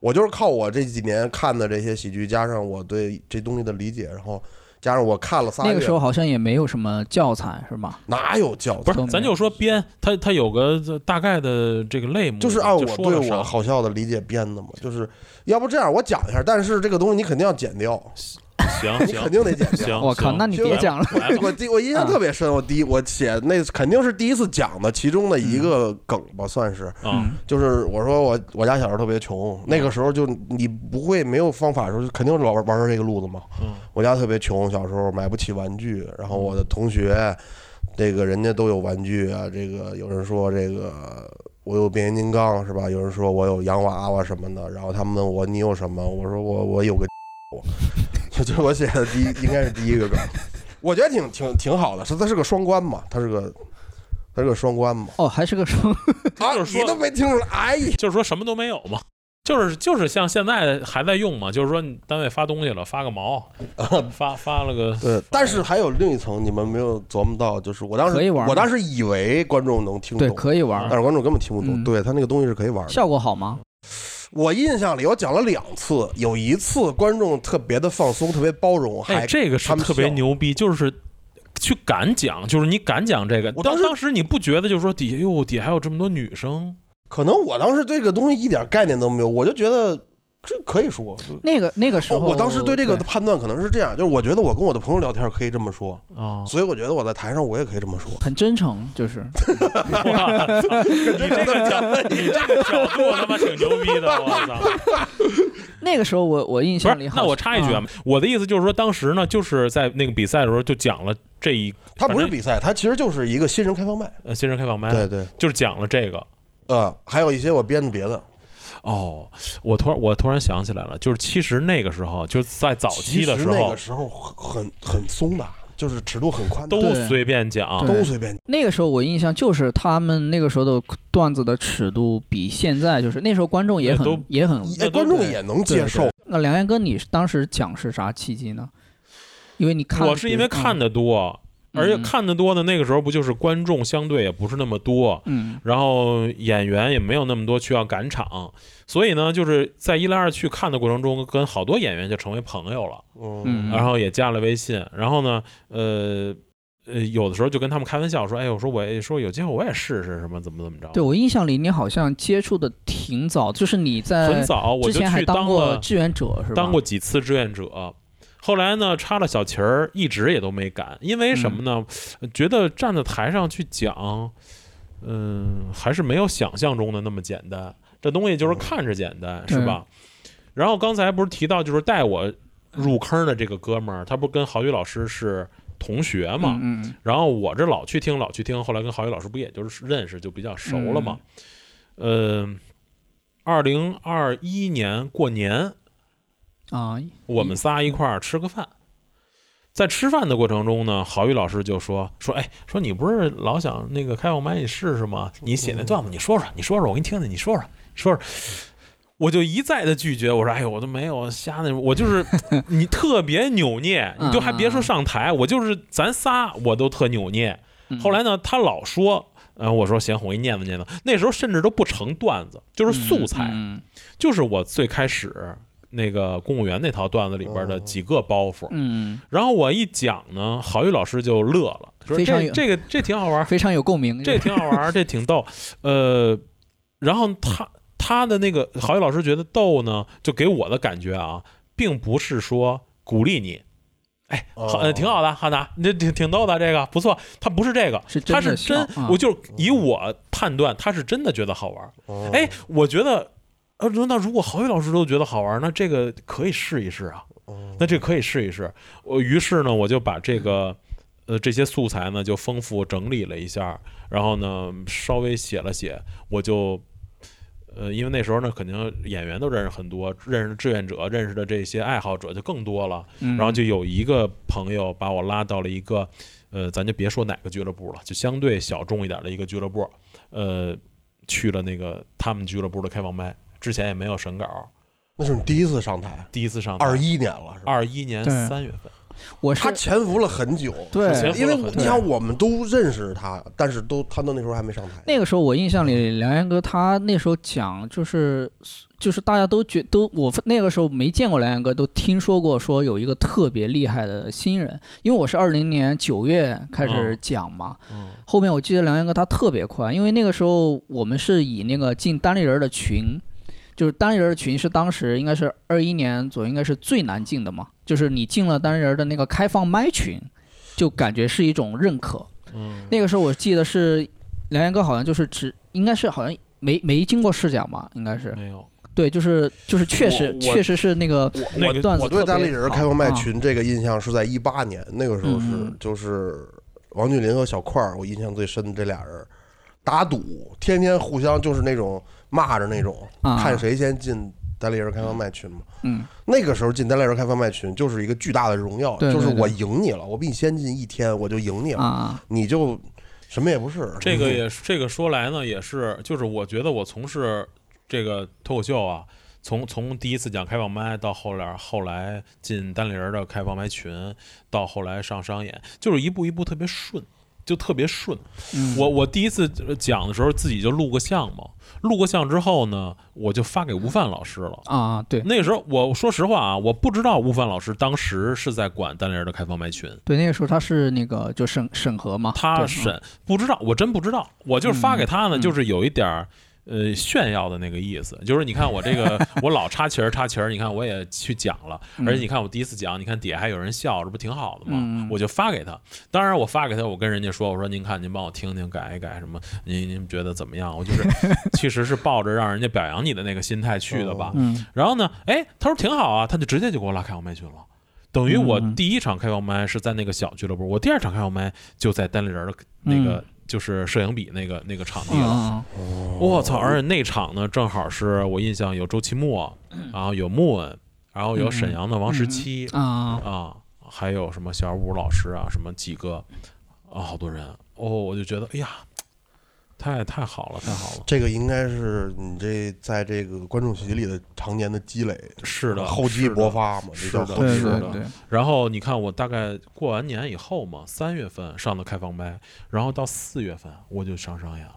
我就是靠我这几年看的这些喜剧，加上我对这东西的理解，然后加上我看了仨你月，不用那个时候好像也没有什么教材是吧？哪有教不材？都是，没咱有就说编，它它有个这大概的这个类目吧，就是按我说了对啥我好笑的理解编的嘛，就是要不这样，我讲一下，但是这个东西你肯定要剪掉， 行你肯行定得剪掉。行，我靠，行那你别讲了。来吧 我第我印象特别深，我第一我写那肯定是第一次讲的其中的一个梗吧，算是啊，嗯就是我说我我家小时候特别穷，那个时候就你不会没有方法的时候，肯定是老玩玩出这个路子嘛。嗯我家特别穷，小时候买不起玩具，然后我的同学，这个人家都有玩具啊，这个有人说这个我有变形金刚是吧？有人说我有洋娃娃什么的，然后他们问我你有什么？我说我我 有个， 这这是我写的第一应该是第一个梗，我觉得挺挺挺好的，是它是个双关嘛，它是个它是个双关嘛，哦，还是个双，啊，就是说你都没听出来，哎呀。就是说什么都没有嘛。就是就是像现在还在用嘛，就是说你单位发东西了，发个毛，啊发发了 个对，但是还有另一层，你们没有琢磨到，就是我当时可以玩吗我当时以为观众能听对，懂，可以玩但。是观众根本听不懂。嗯对他那个东西是可以玩的。效果好吗？我印象里，我讲了两次，有一次观众特别的放松，特别包容，还、哎，这个是他们特别笑牛逼，就是去敢讲，就是你敢讲这个。我当当时当时你不觉得就是说底下哟底下还有这么多女生，可能我当时对这个东西一点概念都没有，我就觉得这可以说。那个那个时我候，哦我当时对这个的判断可能是这样，就是我觉得我跟我的朋友聊天可以这么说，哦啊、所以我觉得我在台上我也可以这么说。很真诚，就是哇操 你这个角，你这个角 度他妈挺牛逼的，我操！那个时候我 我印不象里是，好像，那我插一句啊啊，，我的意思就是说，当时呢，就是在那个比赛的时候就讲了这一他不反是正比赛，他其实就是一个新人开放麦。呃新人开放哎麦，对对，就是讲了这个。呃，还有一些我编的别的。哦，我突然我突然想起来了，就是其实那个时候，就是在早期的其时实那候个，时候很很很松的，就是尺度很宽的，都对随便讲对。都随便。那个时候我印象就是他们那个时候的段子的尺度比现在就是那时候观众也那都很也很哎，那都观众也能接受对。那梁岩哥，你是当时讲是啥契机呢？因为你看，我是因为看的多，而且嗯看的多呢，那个时候不就是观众相对也不是那么多，嗯，然后演员也没有那么多需要赶场，所以呢，就是在一来二去看的过程中，跟好多演员就成为朋友了，嗯，嗯然后也加了微信，然后呢，呃。呃，有的时候就跟他们开玩笑说：“哎，我说我也说有机会我也试试什么怎么怎么着。”对，我印象里你好像接触的挺早，就是你很在早我之就前还去当过了志愿者是吧？当过几次志愿者，后来呢插了小旗儿，一直也都没敢，因为什么呢？觉得站在台上去讲，嗯、还是没有想象中的那么简单。这东西嗯就是看着简单，是吧？然后刚才不是提到就是带我入坑的这个哥们儿，他不是跟郝宇老师是同学嘛？嗯嗯然后我这老去听，老去听，后来跟郝宇老师不也就是认识，就比较熟了嘛。嗯，二零二一年过年，啊，我们仨一块儿吃个饭。在吃饭的过程中呢，郝宇老师就说说，哎，说你不是老想那个开放麦你试试吗？你写那段子，你说说，你说说，我给你听听，你说说，你说说。我就一再的拒绝，我说，哎呦，我都没有瞎那，我就是 你特别扭捏，你就还别说上台，我就是咱仨我都特扭捏。嗯后来呢，他老说，嗯、我说行，我给你念叨念叨。那时候甚至都不成段子，就是素材。嗯就是我最开始那个公务员那套段子里边的几个包袱。嗯，然后我一讲呢，郝宇老师就乐了，说非常这有这个这挺好玩嗯儿，非常有共鸣。这挺好玩儿，这挺逗。呃，然后他他的那个郝宇老师觉得逗呢，就给我的感觉啊，并不是说鼓励你。哎，好，呃，哦挺好的，哈达，你这挺挺逗的，这个不错。他不是这个，是真他的是真笑啊，我就是以我判断，他是真的觉得好玩儿。嗯哦哎，，我觉得，呃，那如果郝宇老师都觉得好玩，那这个可以试一试啊，哦那这个可以试一试。我于是呢，我就把这个，呃，这些素材呢就丰富整理了一下，然后呢稍微写了写，我就。呃，因为那时候呢，肯定演员都认识很多，认识的志愿者，认识的这些爱好者就更多了。嗯，然后就有一个朋友把我拉到了一个，呃，咱就别说哪个俱乐部了，就相对小众一点的一个俱乐部，呃，去了那个他们俱乐部的开放麦，之前也没有审稿，那是你第一次上台，第一次上二一年了是吧？二一年对三月份，我是他潜伏了很久，对前因为我很你看我们都认识他，但是都他到那时候还没上台。那个时候我印象嗯里，梁岩哥他那时候讲就是就是大家都觉都我那个时候没见过梁岩哥，都听说过说有一个特别厉害的新人，因为我是二零年九月开始嗯讲嘛，嗯后面我记得梁岩哥他特别快，因为那个时候我们是以那个进单立人的群。就是单立人的群是当时应该是二一年左右，应该是最难进的嘛。就是你进了单立人的那个开放麦群，就感觉是一种认可。嗯，那个时候我记得是梁岩哥好像就是只应该是好像没没经过试讲吧，应该是没有，对，就是就是确我实我确实是那个那我个段子我对特别单立人好开放麦啊群这个印象是在一八年，那个时候是嗯就是王俊林和小块儿，我印象最深的这俩人打赌，天天互相就是那种骂着那种，啊，看谁先进单立人开放麦群嘛。嗯那个时候进单立人开放麦群就是一个巨大的荣耀，对对就是对我赢你了，我比你先进一天，我就赢你了，啊你就什么也不是。这个也是这个说来呢，也是就是我觉得我从事这个脱口秀啊，从从第一次讲开放麦到后来后来进单立人的开放麦群，到后来上商演，就是一步一步特别顺，就特别顺。嗯，我我第一次讲的时候，自己就录个像嘛，录过像之后呢，我就发给吴范老师了。啊对那个时候，我说实话啊，我不知道吴范老师当时是在管单立人的开放麦群，对，那个时候他是那个就审审核嘛，他对审不知道，我真不知道，我就是发给他呢，嗯嗯就是有一点儿。呃，炫耀的那个意思，就是你看我这 个，我老插旗儿插旗儿，你看我也去讲了，嗯而且你看我第一次讲，你看底下还有人笑，这不挺好的吗嗯？我就发给他，当然我发给他，我跟人家说，我说您看您帮我听听改一改什么，您您觉得怎么样？我 就是其实是抱着让人家表扬你的那个心态去的吧，嗯然后呢，哎，他说挺好啊，他就直接就给我拉开放麦群了。等于我嗯第一场开放麦是在那个小俱乐部，我第二场开放麦就在单立人的那个、就是摄影笔那个那个场地嗯了。嗯我、操！而且那场呢，正好是我印象有周奇墨，然后有穆恩，然后有沈阳的王十七、嗯啊啊，还有什么小武老师啊，什么几个啊，好多人哦，我就觉得哎呀，太太好了，太好了，这个应该是你这在这个观众席里的常年的积累，是的，厚积是的薄发嘛，这是叫的厚对积是薄对发。的对，然后你看，我大概过完年以后嘛，三月份上的开放麦，然后到四月份我就上商演了。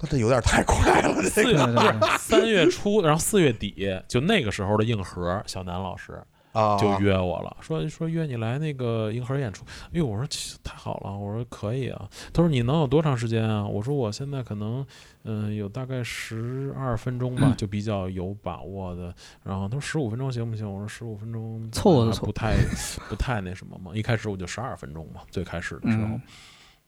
那这有点太快了，这四个月对不对是三月初，然后四月底，就那个时候的硬核小南老师啊，就约我了，说说约你来那个硬核演出。哎呦，我说切太好了，我说可以啊。他说你能有多长时间啊？我说我现在可能嗯、有大概十二分钟嗯吧，就比较有把握的。然后他说十五分钟行不行？我说十五分钟凑合还凑合不太不太那什么嘛。一开始我就十二分钟嘛，最开始的时候嗯。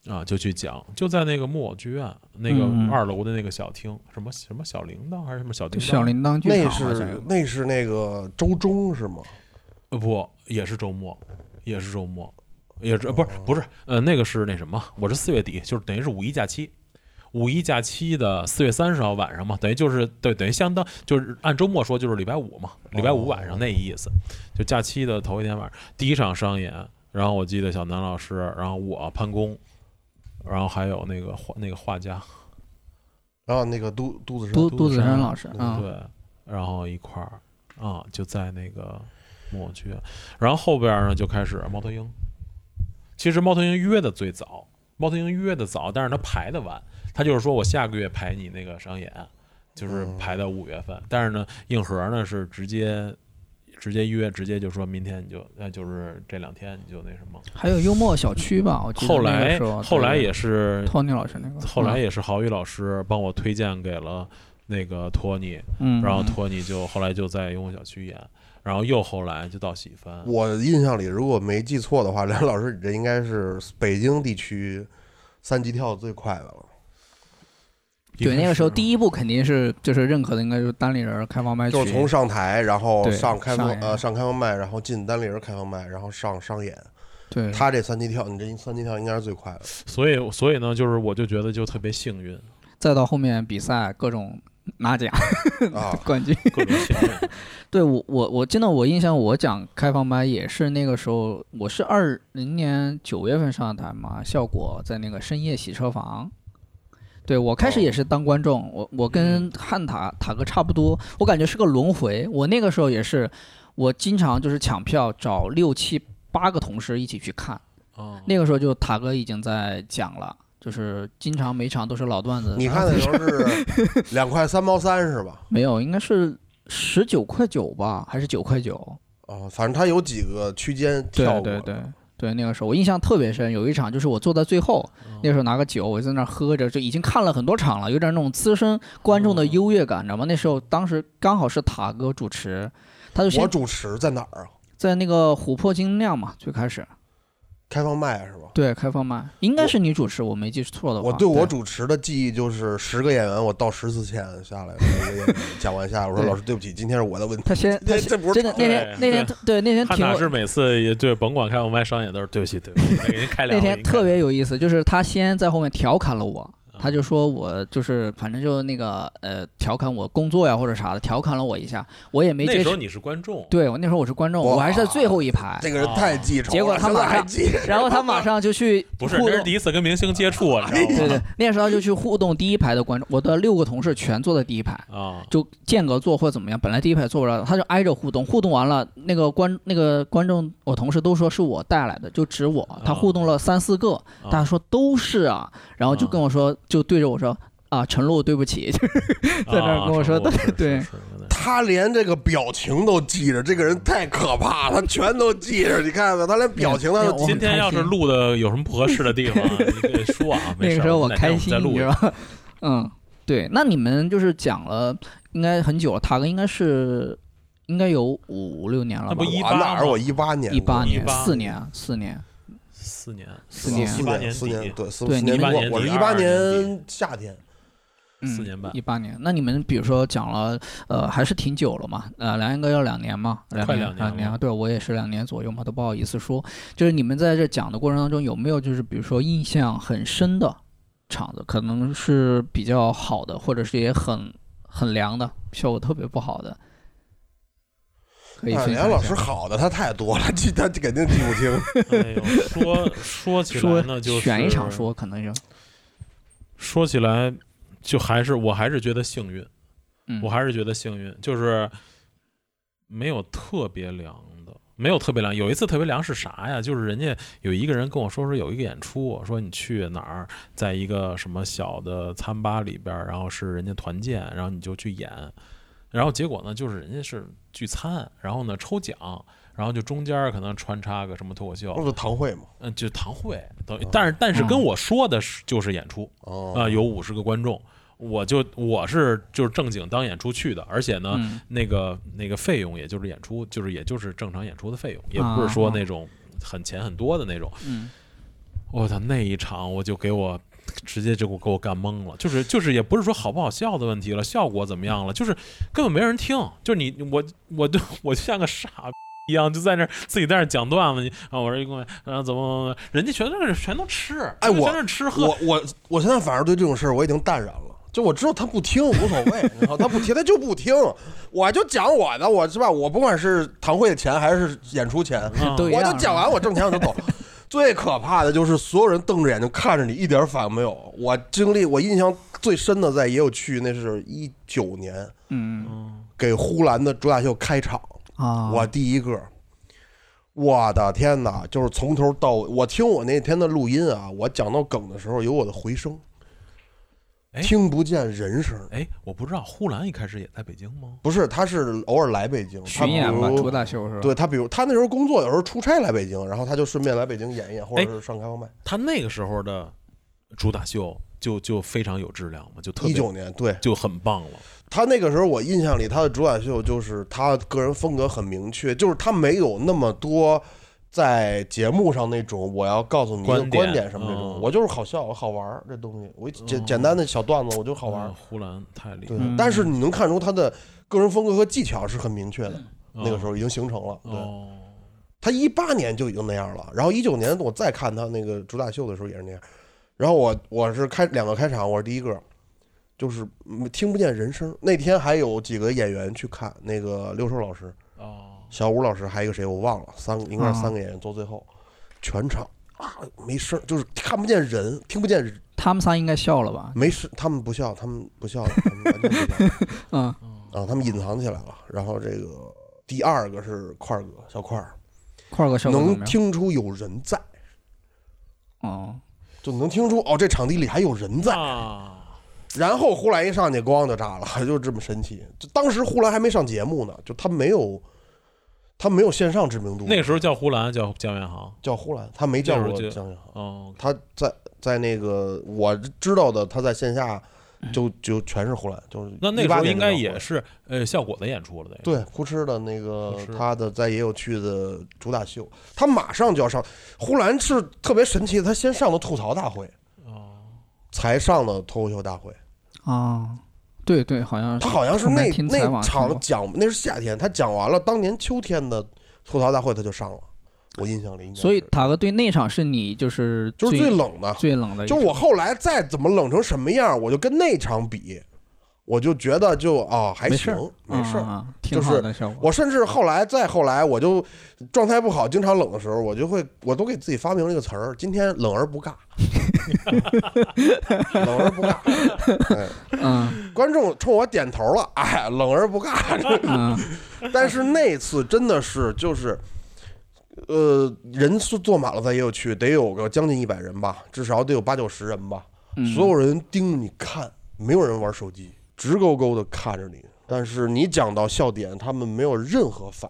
啊，就去讲，就在那个木偶剧院那个嗯二楼的那个小厅，什么什么小铃铛还是什么小就叮当？小铃铛剧那场好像是有那是那个周中是吗？呃，不，也是周末，也是周末，也是呃不是不是，呃，那个是那什么，我是四月底，就是等于是五一假期。五一假期的四月三十号晚上嘛，等于就是对，等于相当就是按周末说就是礼拜五嘛，礼拜五晚上那意思，就假期的头一天晚上第一场商演，然后我记得小南老师，然后我潘工，然后还有那个画那个画家，然后那个肚肚子上杜杜杜子子山山老师对啊，对，然后一块儿啊、就在那个木偶区，然后后边儿呢就开始猫头鹰。其实猫头鹰约的最早，猫头鹰约的早，但是他排的晚。他就是说我下个月排你那个商演，就是嗯排到五月份。但是呢，硬核呢是直接直接约，直接就说明天你就那就是这两天你就那什么。还有幽默小区吧，我记得后那个来时候嗯后来也是托尼老师那个，后来也也是郝宇老师帮我推荐给了那个托尼，嗯，然后嗯托尼就后来就在雍和小区演，然后又后来就到喜番，我印象里，如果没记错的话，梁老师，你这应该是北京地区三级跳最快的了。对那个时候一第一步肯定是就是认可的，应该就是单立人开放麦曲，就是从上台，然后对上开放上演呃上开放麦，然后进单立人开放麦，然后上商演。对他这三级跳，你这三级跳应该是最快的。开始，所以所以呢，就是我就觉得就特别幸运， 再到后面比赛各种拿奖啊 冠军。各种幸 运。对我我我真的我印象，我讲开放麦也是那个时候，我是二零年九月份上的台嘛，效果在那个深夜洗车房。对我开始也是当观众，我我跟汉塔塔哥差不多，我感觉是个轮回。我那个时候也是，我经常就是抢票找六七八个同事一起去看。啊，那个时候就塔哥已经在讲了，就是经常每场都是老段子。你看然的后时候是 两块三毛三是吧？没有？应该是十九块九吧，还是九块九？啊，反正他有几个区间对跳过。对对对，那个时候我印象特别深，有一场就是我坐在最后，那个时候拿个酒，我在那儿喝着，就已经看了很多场了，有点那种资深观众的优越感，你知道吗？那时候当时刚好是塔哥主持，他就我先主持在哪儿啊？在那个琥珀精酿嘛，最开始开放麦是吧？对开放麦，应该是你主持，我没记错的话。我对我主持的记忆就是十个演员，我到十四线下来，每个演员讲完下来，我说对老师对不起，今天是我的问 题。他先他这先这不是真的那天那天对那天汉挺塔我是每次也对，甭管开放麦商演都是对不起对不起，给您开两那个天特别有意思，就是他先在后面调侃了我，嗯他就说我就是反正就那个呃调侃我工作呀或者啥的，调侃了我一下，我也没那接时候受。你是观众，对我那时候我是观众，哇我还是在最后一排，这个人太记仇了，结果他现在马上还记着。然后他马上就去不是互那是动第一次跟明星接 触啊，你知对道吗？对，那时候就去互动第一排的观众，我的六个同事全坐在第一排， 啊，就间隔坐或者怎么样，本来第一排坐不着，他就挨着互动，互动完了，那个观那个观众，我同事都说是我带来的，就指我，啊他互动了三四个，大家说都是啊，然后就跟我说，就对着我说啊，陈露，对不起，就是啊在那儿跟我说对对他连这个表情都记着，这个人太可怕了，他全都记着。你看看，他连表情他没有都记我今很天开要是心录的有什么不合适的地 方啊，你可以说啊，没 那事个儿时候我哪天开们心再，录你一知下道吧？嗯，对，那你们就是讲了，应该很久了，塔哥应该是应该有五六年了那不？吧一我八哪儿？吗我一八年，一八年年，四年，四年，四年，四年四哦一八年四底年，对，四对四你年们多18。我是年一底八22年年夏天，四年半一八年。那你们比如说讲了，呃，还是挺久了嘛，呃，梁岩哥要两年嘛，两快年，两年了啊对我也是两年左右嘛，都不好意思说。就是你们在这讲的过程当中，有没有就是比如说印象很深的场子，可能是比较好的，或者是也很很凉的，效果特别不好的，可以啊分梁享老一师下。好的他太多了， 记他肯定记不 清。哎呦，说说起来呢，说就是选一场说，可能就说起来，就还是我还是觉得幸运，嗯，我还是觉得幸运，就是没有特别凉的，没有特别凉。有一次特别凉是啥呀？就是人家有一个人跟我说说有一个演出，说你去哪儿，在一个什么小的餐吧里边儿，然后是人家团建，然后你就去演，然后结果呢，就是人家是聚餐，然后呢抽奖。然后就中间儿可能穿插个什么脱口秀那，不堂会嘛？嗯，就堂会，等于但是但是跟嗯我说的是就是演出哦啊、有五十个观众，我就我是就是正经当演出去的，而且呢，嗯那个那个费用也就是演出，就是也就是正常演出的费用，也啊不是说啊那种很钱很多的那种。嗯我操，那一场我就给我直接就给我给我干懵了，就是就是也不是说好不好笑的问题了，效果怎么样了，就是根本没人听，就是你我我就我就像个傻逼一样，就在那儿自己在那儿讲段子，你啊，我是一公，然后怎么，人家全都是全都吃，哎全都我全是吃喝，我我我现在反而对这种事儿我已经淡然了。就我知道他不听无所谓，你知道他不听他就不听，我就讲我的，我是吧？我不管是堂会的钱还是演出钱，嗯都一我样就讲完我挣钱我就走。最可怕的就是所有人瞪着眼睛看着你，一点反应没有。我经历我印象最深的在也有去，那是一九年嗯嗯给呼兰的主打秀开场，啊，我第一个，我的天哪！就是从头到尾，我听我那天的录音啊，我讲到梗的时候有我的回声，哎听不见人声。哎，我不知道呼兰一开始也在北京吗？不是，他是偶尔来北京他巡比演吧，如主打秀是吧？对他，比如他那时候工作，有时候出差来北京，然后他就顺便来北京演一演，哎或者是上开放麦。他那个时候的主打秀就就非常有质量嘛，就特一别九年，对就很棒了。他那个时候，我印象里他的主打秀就是他个人风格很明确，就是他没有那么多在节目上那种我要告诉你一个观点观点什么这种，嗯我就是好笑，我好玩儿这东西，我一简嗯简单的小段子我就好玩嗯儿。呼兰太厉害对了，嗯，但是你能看出他的个人风格和技巧是很明确的，那个时候候已经形成了。对，哦，他一八年就已经那样了，然后一九年我再看他那个主打秀的时候也是那样，然后我我是开两个开场，我是第一个，就是嗯听不见人声。那天还有几个演员去看，那个刘寿老师、哦，小武老师，还有一个谁我忘了，三个应该是啊三个演员坐最后，全场啊没声，就是看不见人，听不见人他们仨应该笑了吧？没声，他们不笑，他们不笑了，他们完全不笑嗯啊，他们隐藏起来了。然后这个第二个是块儿哥小块儿，块儿哥效果怎么能样听出有人在。哦，就能听出哦，这场地里还有人在。啊，然后呼兰一上去，咣就炸了， 就这么神奇。就当时呼兰还没上节目呢，就他没有，他没有线上知名度。那个时候叫呼兰，叫江元航。叫呼兰，他没叫那过时候就江小航。哦，他在在那个我知道的，他在线下就就全是呼兰，就是嗯那那个时候18应该年的也是呃效果的演出了，得对，扑哧的那个扑哧他的在也有趣的主打秀，他马上就要上。呼兰是特别神奇的，他先上的吐槽大会，哦，才上的脱口秀大会。啊，对对，好像是他好像是我那还听采那访场说讲那是夏天，他讲完了当年秋天的吐槽大会他就上了，我印象里应该是所以塔哥对那场是你就是就是最最冷的，最冷的一就场，是我后来再怎么冷成什么样，我就跟那场比，我就觉得就啊、还没事行儿，没事嗯儿。嗯嗯就挺是好的效果。我甚至后来再后来，我就状态不好，经常冷的时候，我就会我都给自己发明了一个词儿：今天冷而 不尬，冷而不尬。哎，嗯观众冲我点头了，哎，冷而不尬。嗯， 但是那次真的是就是，呃，人是坐满了，咱也有去，得有个将近一百人吧，至少得有八九十人吧。嗯 所有人盯着你看，没有人玩手机，直勾勾的看着你。但是你讲到笑点，他们没有任何反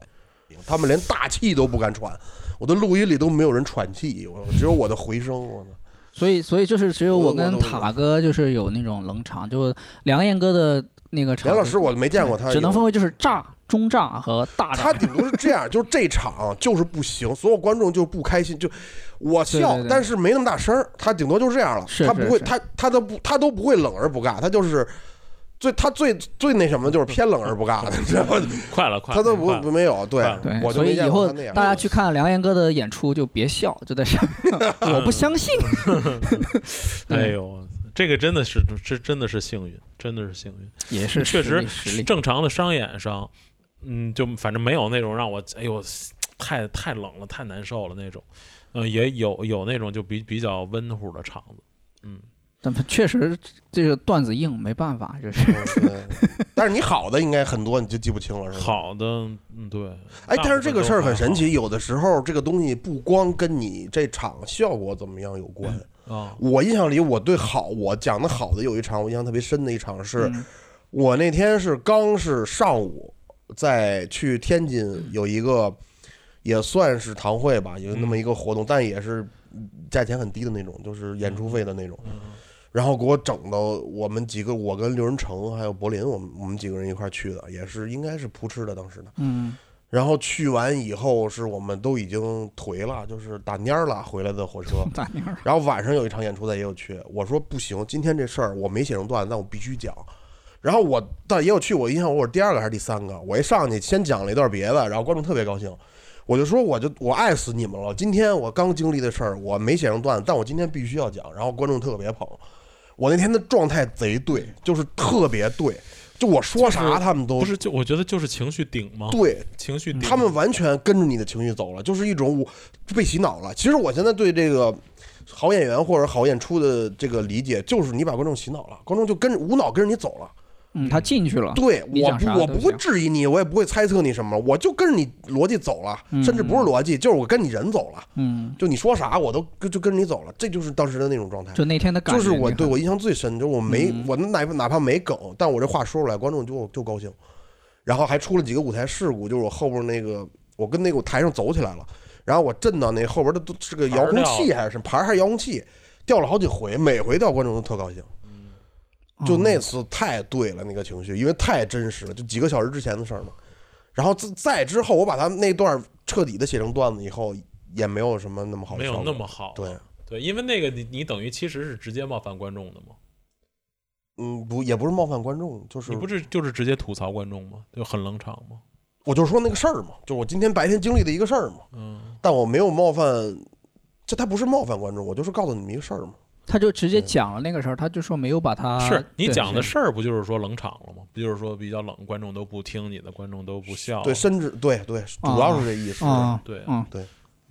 应，他们连大气都不敢喘。我的录音里都没有人喘气，我只有我的回声。我的所以，所以就是只有我我我跟懂塔哥就是有那种冷场，就梁彦哥的那个场，梁老师我没见过他，只能分为就是炸、中炸和大他炸。顶多是这样，就是这场就是不行，所有观众就不开心，就我笑，对对对但是没那么大声儿，他顶多就是这样了，是他不会，是是他他都不他都不会冷而不尬，他就是最他最最那什么的就是偏冷而不尬的，你知道吗？快了快他了，都快不了没有，对快了对，我就所没以以见过后他那样。大家去看梁彦哥的演出就别笑，就在上 面，我不相信。 哎嗯呦，这个真的是这真的是幸运，真的是幸运。也是确实实力实力。正常的商演上，嗯，就反正没有那种让我哎呦太太冷了太难受了那种，嗯、也有有那种就比比较温乎的场子，嗯，但确实这个段子硬，没办法，就是嗯对但是你好的应该很多，你就记不清了，是吧？好的，嗯，对，哎，大部分但是这个都事儿还很神好奇，有的时候这个东西不光跟你这场效果怎么样有嗯关。啊，我印象里，我对好我讲的好的有一场，我印象特别深的一场是，嗯我那天是刚是上午在去天津有一个也算是堂会吧，有那么一个活动，但也是价钱很低的那种，就是演出费的那种。然后给我整到我们几个，我跟刘仁成还有柏林，我们我们几个人一块儿去的，也是应该是扑哧的当时的。嗯 然后去完以后，是我们都已经颓了，就是打蔫儿了回来的火车。咋样？然后晚上有一场演出在也有去，我说不行，今天这事儿我没写成段，子，但我必须讲。然后我到也有去，我印象我是第二个还是第三个，我一上去先讲了一段别的，然后观众特别高兴。我就说，我就我爱死你们了。今天我刚经历的事儿，我没写成段子，但我今天必须要讲。然后观众特别捧，我那天的状态贼对，就是特别对，就我说就啥是他们都不是就我觉得就是情绪顶嘛，对，嗯情绪嗯顶，他们完全跟着你的情绪走了，就是一种我被洗脑了。其实我现在对这个好演员或者好演出的这个理解，就是你把观众洗脑了，观众就跟着无脑跟着你走了。嗯，他进去了，对你我讲不啥我都不会行质疑你，我也不会猜测你什么，我就跟着你逻辑走了，甚至不是逻辑，就是我跟你人走了，嗯，就你说啥我都跟就跟着你走了，这就是当时的那种状态。就那天的感就觉，是我你看对我印象最深，就是我没、嗯我哪哪怕没梗，但我这话说出来，观众就就高兴，然后还出了几个舞台事故，就是我后边那个我跟那个台上走起来了，然后我震到那后边的都是个遥控器还是什么牌儿还是遥控器掉了好几回，每回掉观众都特高兴，嗯就嗯那次太对了那个情绪，因为太真实了，就几个小时之前的事儿嘛。然后再再之后，我把他那段彻底的写成段子以后，也没有什么那么好的没有效那果么好，对，对，因为那个你你等于其实是直接冒犯观众的嘛，嗯，不也不是冒犯观众，就是你不是就是直接吐槽观众吗？就很冷场吗？我就说那个事儿嘛，就是我今天白天经历的一个事儿嘛，嗯，但我没有冒犯，这他不是冒犯观众，我就是告诉你们一个事儿嘛。他就直接对讲了那个事儿，他就说没有把他是你啊对讲的是事儿不就是说冷场了吗？不就是说比较冷，观众都不听你的，观众都不笑，对，甚至对哦对，主要是这意思。啊，对嗯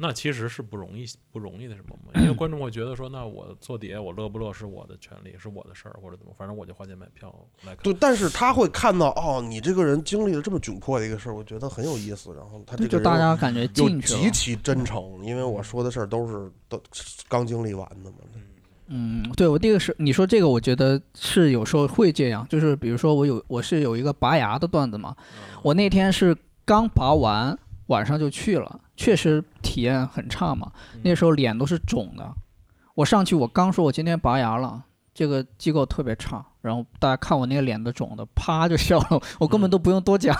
那其实是不容易不容易的什么嘛？因为观众会觉得说，那我坐底下我乐不乐是我的权利，是我的事儿，或者怎么，反正我就花钱买票来看。对，但是他会看到哦，你这个人经历了这么窘迫的一个事儿，我觉得很有意思。然后他这个就人大家感觉又进去极了，其真诚，因为我说的事儿都是都刚经历完的嘛。嗯，对我这个是你说这个，我觉得是有时候会这样，就是比如说我有我是有一个拔牙的段子嘛，我那天是刚拔完，晚上就去了，确实体验很差嘛，嗯那时候脸都是肿的，我上去我刚说我今天拔牙了。这个机构特别差，然后大家看我那个脸都肿的，啪就笑了，我根本都不用多讲，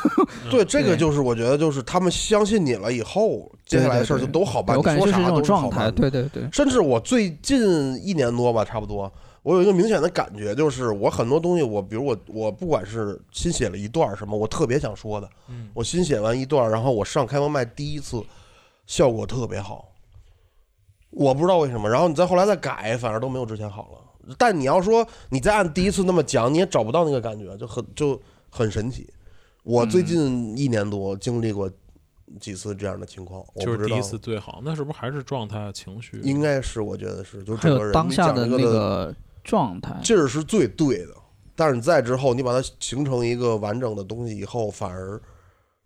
嗯对，这个对就是我觉得就是他们相信你了以后，接下来的事儿就都好办。我你感觉就说是啥这都种是好状态，办的对对对，甚至我最近一年多吧，差不多，我有一个明显的感觉，就是我很多东西，我比如我我不管是新写了一段什么，我特别想说的，嗯我新写完一段，然后我上开放麦第一次，效果特别好，我不知道为什么，然后你再后来再改，反而都没有之前好了。但你要说你再按第一次那么讲，你也找不到那个感觉，就很就很神奇。我最近一年多经历过几次这样的情况，我就不是知第道一次最好，那是不是还是状态啊情绪？应该是，我觉得是，就还整个有人当你下讲的这那个个状态，劲儿是最对的，但是你在之后，你把它形成一个完整的东西以后，反而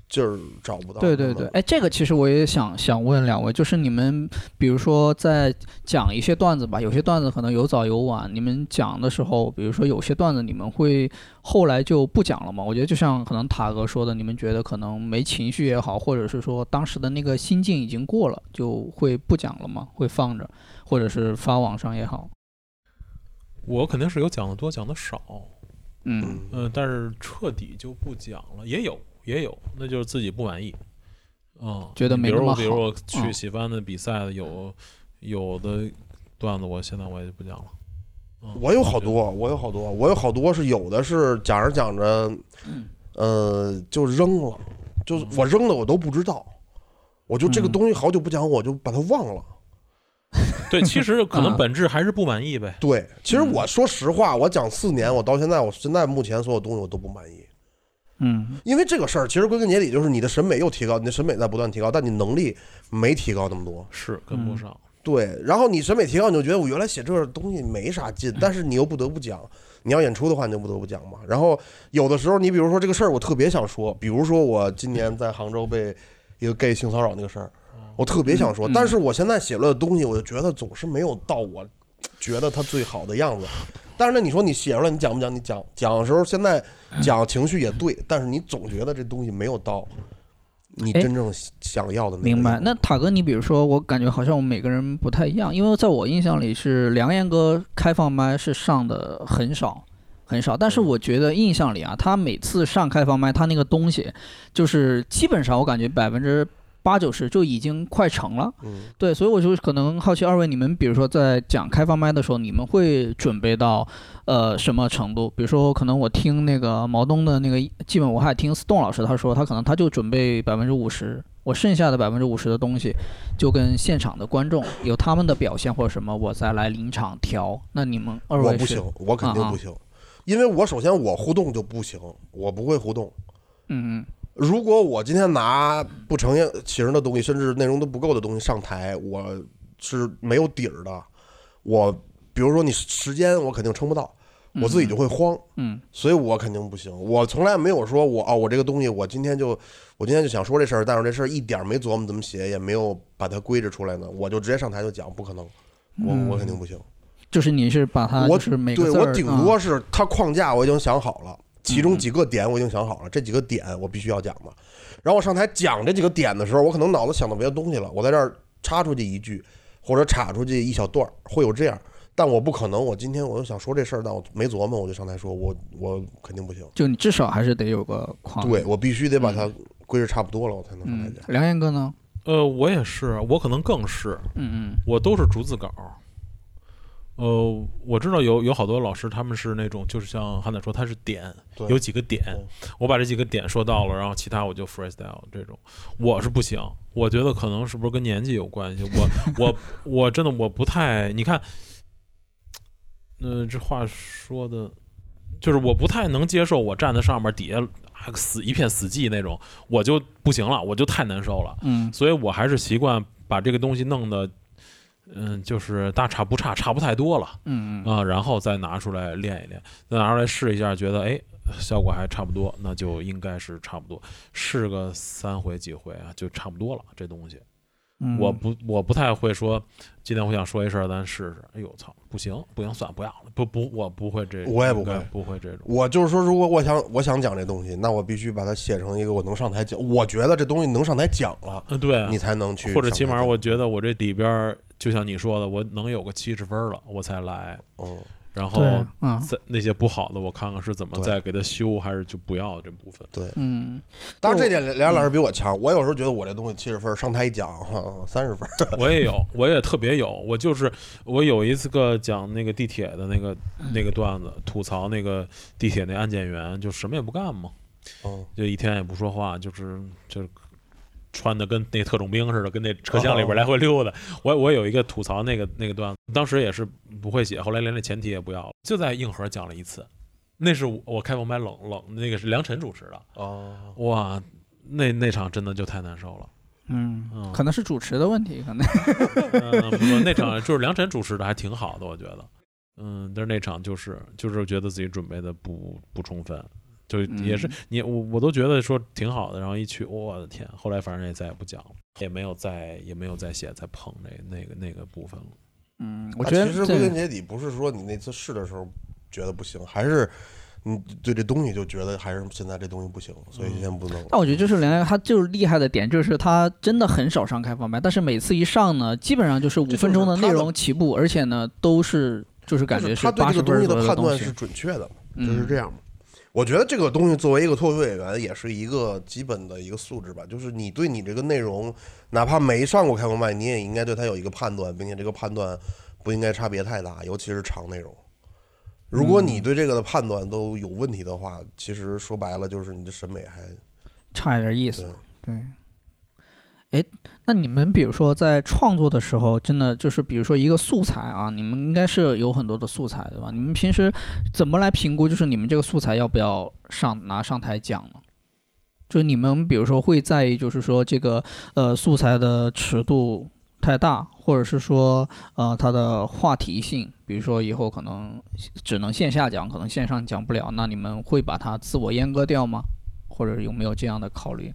劲儿找不到。对对对，，哎，这个其实我也想想问两位，就是你们比如说在讲一些段子吧，有些段子可能有早有晚，你们讲的时候，比如说有些段子你们会后来就不讲了嘛？我觉得就像可能塔哥说的，你们觉得可能没情绪也好，或者是说当时的那个心境已经过了，就会不讲了嘛，会放着，或者是发网上也好，我肯定是有讲的多，讲的少，嗯嗯，嗯、但是彻底就不讲了，也有也有，那就是自己不满意，嗯，觉得没比如那么我比如好我去嗯喜欢的比赛，有有的段子，我现在我也就不讲了。嗯我有好，多，我有好多，我有好多是有的是讲着讲着，嗯呃，就扔了，就是我扔了，我都不知道，我就这个嗯东西好久不讲，我就把它忘了。对，其实可能啊本质还是不满意呗。对，其实嗯我说实话，我讲四年，我到现在，我现在目前所有东西我都不满意。嗯因为这个事儿，其实归根结底就是你的审美又提高，你的审美在不断提高，但你能力没提高那么多。是跟不嗯上，对，然后你审美提高，你就觉得我原来写这个东西没啥嗯劲，但是你又不得不讲，你要演出的话，你就不得不讲嘛。然后有的时候，你比如说这个事儿，我特别想说，比如说我今年在杭州被一个 gay 性骚扰那个事儿，我特别想说嗯，但是我现在写了的东西，我就觉得总是没有到我觉得它最好的样子。但是那你说你写出来，你讲不讲？你讲讲的时候，现在嗯讲情绪也对，但是你总觉得这东西没有到你哎真正想要的那个样子。明白。那塔哥，你比如说，我感觉好像我们每个人不太一样，因为在我印象里是梁彦哥开放麦是上的很少。很少，但是嗯我觉得印象里啊，他每次上开放麦，他那个东西，就是基本上我感觉百分之八九十就已经快成了。嗯，对，所以我就可能好奇二位，你们比如说在讲开放麦的时候，你们会准备到呃什么程度？比如说，可能我听那个毛东的那个，基本我还听 Stone 老师他说，他可能他就准备百分之五十我剩下的百分之五十的东西，就跟现场的观众有他们的表现或者什么，我再来临场调。那你们二我位不是嗯行，我肯定不行，因为我首先我互动就不行，我不会互动。嗯嗯如果我今天拿不成形的东西，甚至内容都不够的东西上台，我是没有底儿的。我比如说你时间，我肯定撑不到，我自己就会慌，嗯，所以我肯定不行。我从来没有说我哦，我这个东西我今天就我今天就想说这事儿，但是这事儿一点儿没琢磨怎么写，也没有把它规制出来呢，我就直接上台就讲，不可能，我我肯定不行。就是你是把它我啊就是每个对字我儿顶啊嗯多是它框架我已经想好了，其中几个点我已经想好了，这几个点我必须要讲的。然后我上台讲这几个点的时候，我可能脑子想到别的东西了，我在这儿插出去一句，或者插出去一小段儿，会有这样。但我不可能，我今天我就想说这事儿，但我没琢磨，我就上台说，我我肯定不行。就你至少还是得有个框。对，我必须得把它规制差不多了，我才能上台啊嗯讲，。梁岩哥呢？呃，我也是，我可能更是，嗯我都是逐字稿。呃，我知道有有好多老师，他们是那种，就是像汉仔说，他是点对，有几个点对，我把这几个点说到了，然后其他我就 freestyle 这种，我是不行。我觉得可能是不是跟年纪有关系？ 我我我真的我不太，你看，嗯、这话说的，就是我不太能接受，我站在上面，底下啊死一片死寂那种，我就不行了，我就太难受了。嗯所以我还是习惯把这个东西弄得，嗯，就是大差不差，差不太多了嗯嗯啊、然后再拿出来练一练，再拿出来试一下，觉得哎效果还差不多，那就应该是差不多，试个三回几回啊，就差不多了。这东西嗯，我不我不太会说，今天我想说一事儿，咱试试。哎呦操，不行，不行，算了不要了，不不，我不会这，我也不应该会不会这种。我就是说，如果我想我想讲这东西，那我必须把它写成一个我能上台讲，我觉得这东西能上台讲了，嗯，对，你才能去上台讲。或者起码我觉得我这里边儿，就像你说的，我能有个七十分儿了，我才来。哦嗯。然后对啊在那些不好的，我看看是怎么对再给他修，还是就不要这部分。嗯，当然，这点梁梁老师比我强。我有时候觉得我这东西七十分，上台一讲三十分。我也有， 我也特别有，我就是我有一次个讲那个地铁的那个那个段子，吐槽那个地铁那安检员，就什么也不干嘛，哦嗯，就一天也不说话，就是就是穿的跟那特种兵似的，跟那车厢里边来回溜达。我我有一个吐槽那个那个段子，当时也是不会写，后来连那前提也不要了，就在硬核讲了一次。那是我我开放麦冷冷那个是梁晨主持的，哦，哇，那那场真的就太难 受了。嗯嗯，可能是主持的问题，可能。嗯，不过那场就是梁晨主持的还挺好的，我觉得。嗯，但是那场就是就是觉得自己准备的不不充分，就也是、嗯你我我都觉得说挺好的，然后一去，我的天！后来反正也再也不讲了，也没有再也没有再写再碰那那个那个部分了。嗯，我觉得啊其实这归根结底，不是说你那次试的时候觉得不行，还是你对这东西就觉得还是现在这东西不行，所以先不弄。嗯但我觉得就是梁岩他就是厉害的点，就是他真的很少上开放麦，但是每次一上呢，基本上就是五就是分钟的他的内容起步，而且呢都是就是感觉就是他对八这十个东分儿西左右的判东断西是，准确的嘛，嗯就是这样嘛。我觉得这个东西作为一个脱口秀演员，也是一个基本的一个素质吧，就是你对你这个内容，哪怕没上过开放麦，你也应该对它有一个判断，并且这个判断不应该差别太大，尤其是长内容。如嗯果你对这个的判断都有问题的话，其实说白了就是你的审美还差一点意思对。对。哎，那你们比如说在创作的时候，真的就是比如说一个素材啊，你们应该是有很多的素材对吧？你们平时怎么来评估，就是你们这个素材要不要上拿上台讲呢？就是你们比如说会在意，就是说这个呃素材的尺度太大，或者是说呃它的话题性，比如说以后可能只能线下讲，可能线上讲不了，那你们会把它自我阉割掉吗？或者有没有这样的考虑？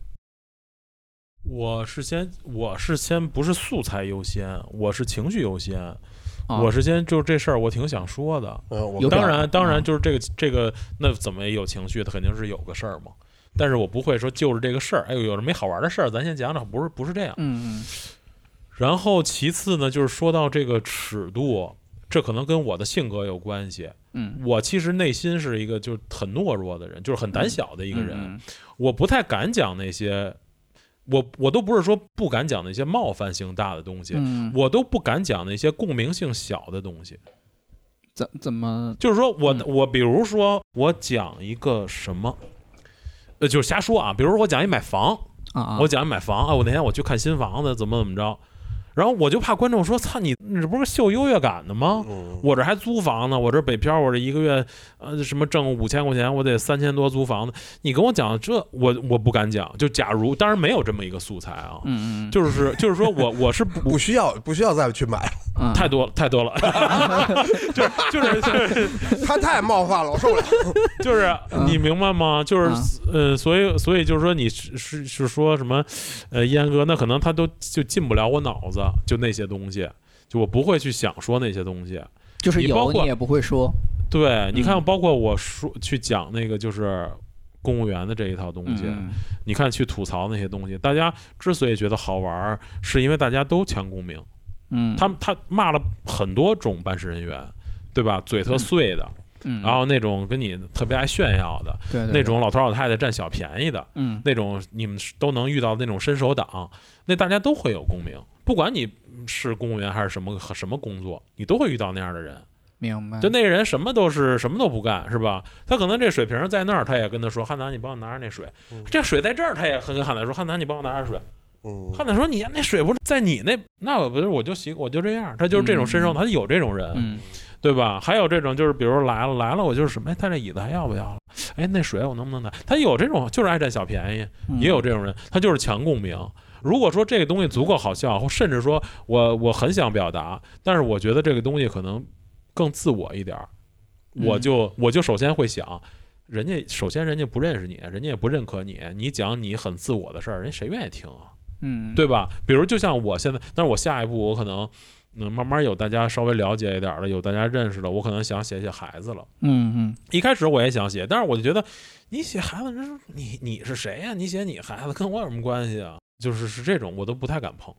我是先我是先不是素材优先，我是情绪优先，啊、我是先就这事儿我挺想说的，嗯，我有表当达然，当嗯然就是这个这个，那怎么也有情绪，它肯定是有个事儿嘛。但是我不会说就是这个事儿，哎呦，有什么好玩的事儿，咱先讲讲，不是不是这样。嗯然后其次呢，就是说到这个尺度，这可能跟我的性格有关系。嗯嗯，我其实内心是一个就是很懦弱的人，就是很胆小的一一个人，我不太敢讲那些，我我都不是说不敢讲那些冒犯性大的东西，嗯，我都不敢讲那些共鸣性小的东西。怎怎么就是说我、嗯我比如说我讲一个什么，呃，就是瞎说啊，比如说我讲一买房，啊啊，我讲买房啊，我那天我去看新房子，怎么怎么着，然后我就怕观众说：“操你，你这不是秀优越感的吗？”嗯，我这还租房呢，我这北漂，我这一个月，呃，什么挣五千块钱，我得三千多租房子。你跟我讲这，我我不敢讲。就假如，当然没有这么一个素材啊，嗯嗯，就是就是说我我是不 不需要不需要再去买，嗯太多了太多了， 就是就是就是他太冒犯了，我 受不了。就是嗯你明白吗？就是呃，所以所以就是说你是是是说什么，呃，阉割那可能他都就进不了我脑子，就那些东西，就我不会去想说那些东西。就是你包有括你也不会说，对，你看，嗯包括我说去讲那个就是公务员的这一套东西，嗯你看去吐槽那些东西，大家之所以觉得好玩儿，是因为大家都强共鸣。嗯，他们他骂了很多种办事人员，对吧？嘴特碎的，嗯，然后那种跟你特别爱炫耀的，对对那种老头老太太占小便宜的，嗯那种你们是都能遇到的那种伸手党，那大家都会有共鸣，不管你是公务员还是什么什么工作，你都会遇到那样的人。明白，就那个人什么都是什么都不干，是吧？他可能这水瓶在那儿，他也跟他说：“汉南，你帮我拿着那水。嗯这水在这儿，他也跟汉南说：“汉南，你帮我拿着水。”嗯，汉南说：“你那水不是在你那？那我不是我就习我就这样。”他就是这种身手，嗯他有这种人，嗯对吧？还有这种就是，比如来了来了，我就是什么，哎，他这椅子还要不要了？哎，那水我能不能拿？他有这种就是爱占小便宜，嗯也有这种人，他就是强共鸣。如果说这个东西足够好笑，或甚至说我我很想表达，但是我觉得这个东西可能更自我一点儿，我嗯就我就首先会想，人家首先人家不认识你，人家也不认可你，你讲你很自我的事儿，人家谁愿意听啊？嗯对吧？比如就像我现在，但是我下一步我可能。嗯，慢慢有大家稍微了解一点儿的，有大家认识的，我可能想写写孩子了。嗯嗯一开始我也想写，但是我就觉得你写孩子，这是你你是谁呀、你写你孩子跟我有什么关系啊？就是是这种，我都不太敢碰，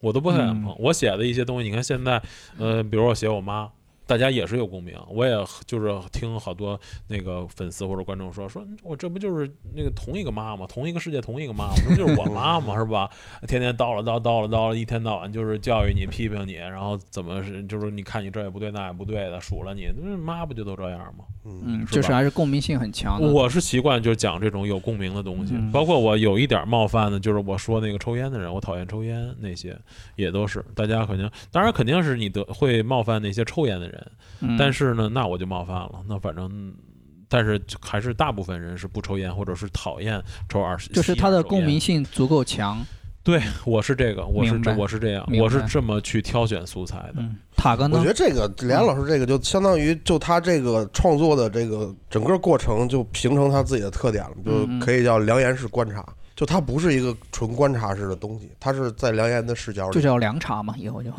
我都不太敢碰。嗯我写的一些东西，你看现在，呃，比如我写我妈，大家也是有共鸣。我也就是听好多那个粉丝或者观众说，说我这不就是那个同一个妈妈，同一个世界同一个妈妈，这不就是我妈妈 是吧？天天叨了叨叨了叨了，一天到晚就是教育你、批评你，然后怎么是就是你看你这也不对那也不对的，数落你，那妈不就都这样吗？嗯嗯，是就是吧还是共鸣性很强的，我是习惯就讲这种有共鸣的东西，嗯包括我有一点冒犯的，就是我说那个抽烟的人，我讨厌抽烟那些，也都是大家肯定，当然肯定是你得会冒犯那些抽烟的人，嗯但是呢，那我就冒犯了，那反正。但是就还是大部分人是不抽烟，或者是讨厌抽二十，就是吸它的二手共烟鸣。性足够强，对，我是这个，我是明这，白我是这样，明白我是这么去挑选素材的。嗯，塔哥我呢觉？得这个连老师这个就相当于就他这个创作的这个整个过程就形成他自己的特点了，就嗯嗯可以叫良言式观察。就他不是一个纯观察式的东西，他是在良言的视角就里叫凉茶嘛，以 后就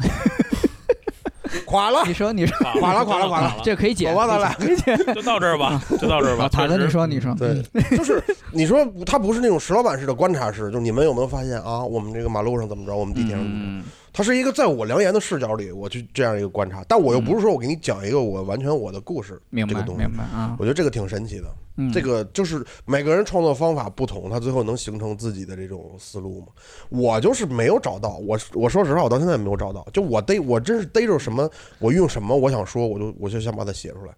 垮了。你说你说啊垮了垮了垮了这可以解，走吧咱俩可以解。就到这儿吧，就到这 儿吧。啊塔哥，确实嗯你说你说，嗯对，就是你说他不是那种石老板式的观察式，就是你们有没有发现啊？我们这个马路上怎么着，我们地铁上怎么着？嗯，它是一个在我良言的视角里，我去这样一个观察，但我又嗯不是说我给你讲一个我完全我的故事，明这白个东西明，白啊我，觉得这个挺神奇的。嗯这个就是每个人创作方法不同，他最后能形成自己的这种思路嘛。我就是没有找到，我我说实话，我到现在也没有找到。就我逮，我真是逮着什么，我用什么，我想说，我就我就想把它写出来。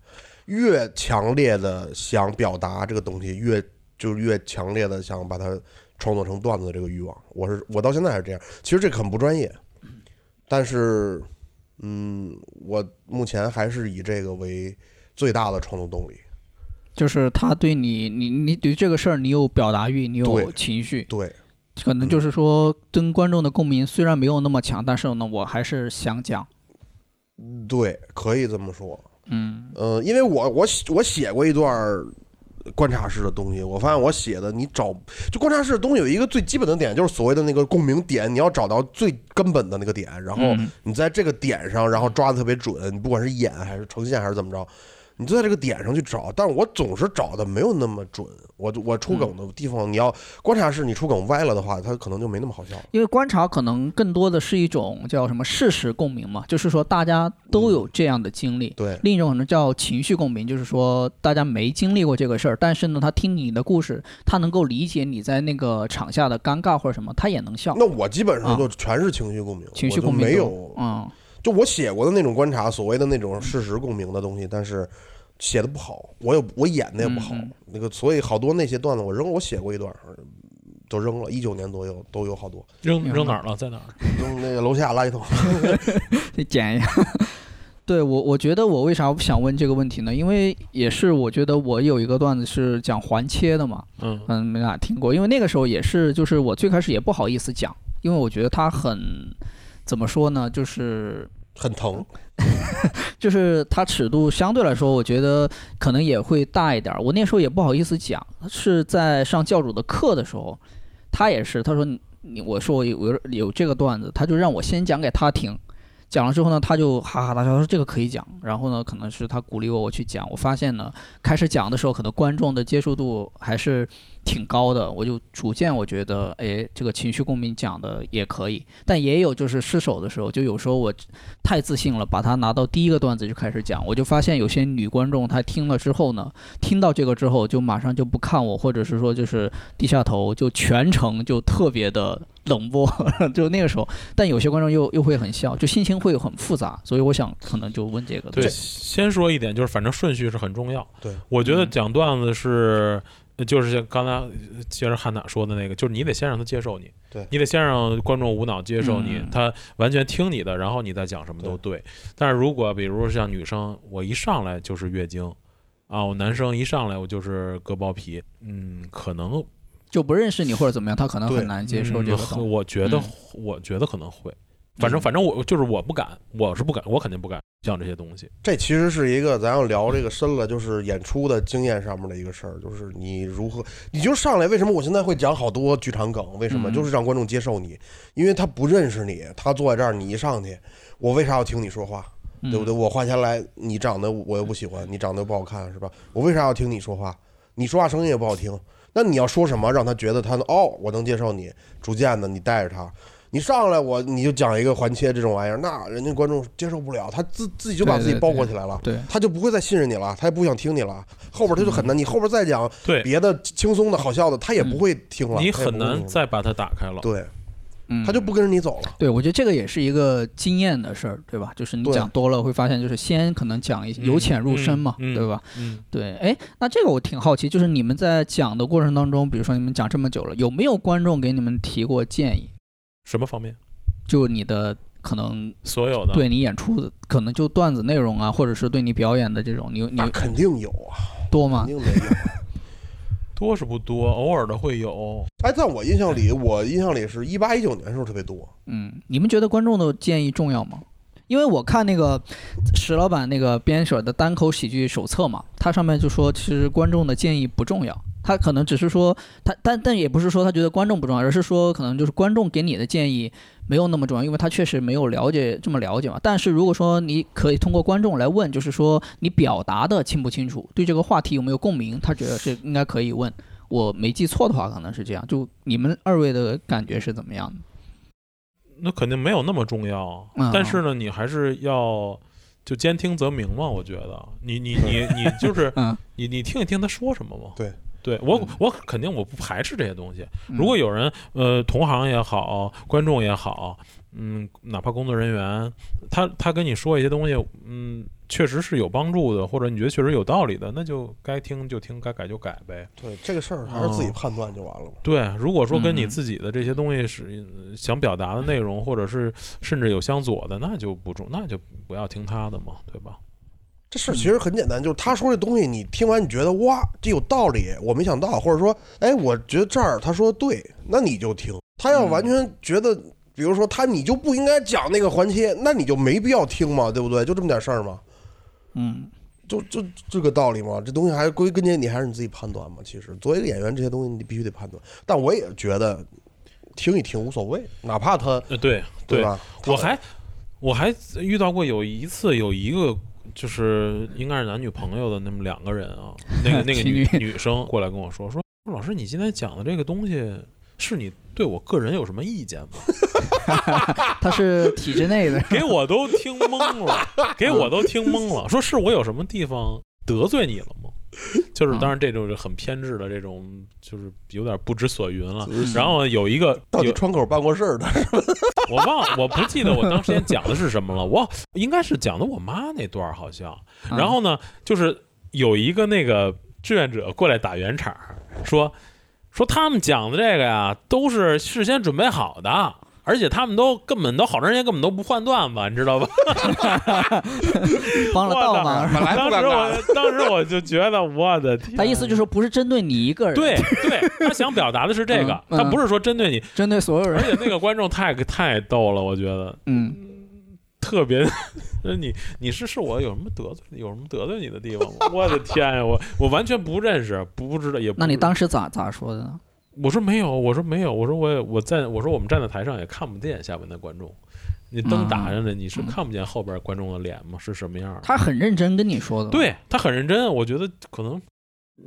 越强烈的想表达这个东西，越就是越强烈的想把它创作成段子的这个欲望。我是我到现在还是这样，其实这个很不专业，但是嗯，我目前还是以这个为最大的创作动力。就是他对你，你你对这个事儿，你有表达欲，你有对嗯情绪，对，可能就是说跟观众的共鸣虽然没有那么强，但是呢，我还是想讲，对，可以这么说。嗯呃，因为我我写我写过一段儿观察式的东西，我发现我写的你找就观察式的东西有一个最基本的点，就是所谓的那个共鸣点，你要找到最根本的那个点，然后嗯你在这个点上，然后抓的特别准，你不管是演还是呈现还是怎么着。你就在这个点上去找，但是我总是找的没有那么准。我我出梗嗯的地方，你要观察式，你出梗歪了的话，它可能就没那么好笑了。因为观察可能更多的是一种叫什么事实共鸣嘛，就是说大家嗯都有这样的经历。对，另一种可能叫情绪共鸣，就是说大家没经历过这个事儿，但是呢，他听你的故事，他能够理解你在那个场下的尴尬或者什么，他也能笑。那我基本上就全是情绪共鸣，哦嗯情绪我就共鸣没都有嗯，就我写过的那种观察，所谓的那种事实共鸣的东西，但是写的不好，我也我演的也不好，嗯嗯那个所以好多那些段子我扔了，我写过一段，都扔了，一九年左右都有好多扔明白扔哪儿了，在哪儿？扔那个楼下垃圾桶。得捡一下。 对我，我觉得我为啥想问这个问题呢？因为也是我觉得我有一个段子是讲环切的嘛，嗯嗯，没咋听过，因为那个时候也是，就是我最开始也不好意思讲，因为我觉得它很怎么说呢，就是很疼，就是它尺度相对来说，我觉得可能也会大一点儿。我那时候也不好意思讲，是在上教主的课的时候，他也是，他说你你，我说我有我有有这个段子，他就让我先讲给他听。讲了之后呢，他就哈哈大笑，他说这个可以讲。然后呢，可能是他鼓励我我去讲，我发现呢，开始讲的时候，可能观众的接受度还是挺高的。我就逐渐我觉得，哎，这个情绪共鸣讲的也可以，但也有就是失手的时候，就有时候我太自信了，把它拿到第一个段子就开始讲，我就发现有些女观众她听了之后呢，听到这个之后就马上就不看我，或者是说就是低下头，就全程就特别的冷漠， 就那个时候。但有些观众又又会很笑，就心情会很复杂，所以我想可能就问这个。对，先说一点，就是反正顺序是很重要。对，我觉得嗯讲段子是，呃就是像刚才呃接着汉娜说的那个，就是你得先让他接受你，对你得先让观众无脑接受你，嗯他完全听你的，然后你再讲什么都对。但是如果比如像女生，我一上来就是月经，啊，我男生一上来我就是割包皮，嗯，可能就不认识你或者怎么样，他可能对很难接受这个嗯东西。我觉得嗯，我觉得可能会，反嗯正反正我就是我不敢，我是不敢，我肯定不敢讲这些东西。这其实是一个咱要聊这个深了，就是演出的经验上面的一个事儿，就是你如何，你就上来为什么我现在会讲好多剧场梗？为什么？嗯就是让观众接受你，因为他不认识你，他坐在这儿，你一上去，我为啥要听你说话？嗯对不对？？我花钱来，你长得我又不喜欢，你长得又不好看，是吧？我为啥要听你说话？你说话声音也不好听，那你要说什么让他觉得他哦，我能接受你？逐渐的，你带着他，你上来我你就讲一个环切这种玩意儿，那人家观众接受不了，他自自己就把对自己对包裹起对来了。对，他就不会再信任你了，他也不想听你了。后边他就很嗯难，你后边再讲对别的轻松的好笑的，他也不会听了，你他也很不会难听了再把它打开了。对，嗯，他就不跟着你走了。对，我觉得这个也是一个经验的事儿，对吧？就是你对讲多了会发现，就是先可能讲一些嗯由浅入深嘛，嗯嗯对吧？嗯，对，哎，那这个我挺好奇，就是你们在讲的过程当中，比如说你们讲这么久了，有没有观众给你们提过建议？什么方面？就你的可能所有的对你演出的，可能就段子内容啊，或者是对你表演的这种，你有你嗯那有肯定有啊，多吗肯？定得有。啊多是不多，偶尔的会有。哎，在我印象里，我印象里是一八一九年时候特别多。嗯，你们觉得观众的建议重要吗？因为我看那个石老板那个编写的单口喜剧手册嘛，它上面就说，其实观众的建议不重要，他可能只是说他，但但也不是说他觉得观众不重要，而是说可能就是观众给你的建议没有那么重要，因为他确实没有了解这么了解嘛。但是如果说你可以通过观众来问，就是说你表达的清不清楚，对这个话题有没有共鸣，他觉得是应该可以问。我没记错的话，可能是这样。就你们二位的感觉是怎么样的？那肯定没有那么重要嗯，但是呢，你还是要就兼听则明嘛。我觉得你你你你就是 嗯你你听一听他说什么嘛。对，对我嗯我肯定我不排斥这些东西。嗯如果有人呃同行也好，观众也好，嗯，哪怕工作人员，他他跟你说一些东西，嗯，确实是有帮助的，或者你觉得确实有道理的，那就该听就听，该改就改呗。对，这个事儿还是自己判断就完了嘛。对，如果说跟你嗯自己的这些东西是呃想表达的内容，或者是甚至有相左的，那就不中，那就不要听他的嘛，对吧？这事儿其实很简单，就是他说这东西，你听完你觉得哇，这有道理，我没想到，或者说，哎，我觉得这儿他说对，那你就听。他要完全觉得，比如说他你就不应该讲那个环切，那你就没必要听嘛，对不对？就这么点事儿嘛，嗯就就这个道理嘛。这东西还是归根结底，你还是你自己判断嘛。其实作为一个演员，这些东西你必须得判断。但我也觉得听一听无所谓，哪怕他呃，对，对吧？他我还我还遇到过有一次有一个就是应该是男女朋友的那么两个人啊，那 个那个情女侣女生过来跟我说说，老师你今天讲的这个东西是你对我个人有什么意见吗？，他是体制内的 给我都听懵了，给我都听懵了，说是我有什么地方得罪你了吗？嗯就是当然这种是很偏执的这种，就是有点不知所云了。嗯就是然后有一个到底有窗口办过事儿的，我忘了，我不记得我当时讲的是什么了，我应该是讲的我妈那段儿好像。嗯嗯然后呢，就是有一个那个志愿者过来打圆场儿，说说他们讲的这个呀，都是事先准备好的，而且他们都根本都好长时间根本都不换段子，你知道吧？ 帮了倒我忙。本来当不尴时尬，我当时我就觉得我的天，他意思就是说不是针对你一个人，对，对，他想表达的是这个，嗯嗯他不是说针对你，针对所有而人。且那个观众太太逗了，我觉得嗯，特别，就是你你是是我有什么得罪有什么得罪你的地方吗？我的天呀，我我完全不认识，不知道也不那你当时咋咋说的呢？我说没有，我说没有，我说我也我在我说我们站在台上也看不见下面的观众，你灯打上了，你是看不见后边观众的脸吗？是什么样的？嗯他很认真跟你说的，，对他很认真，我觉得可能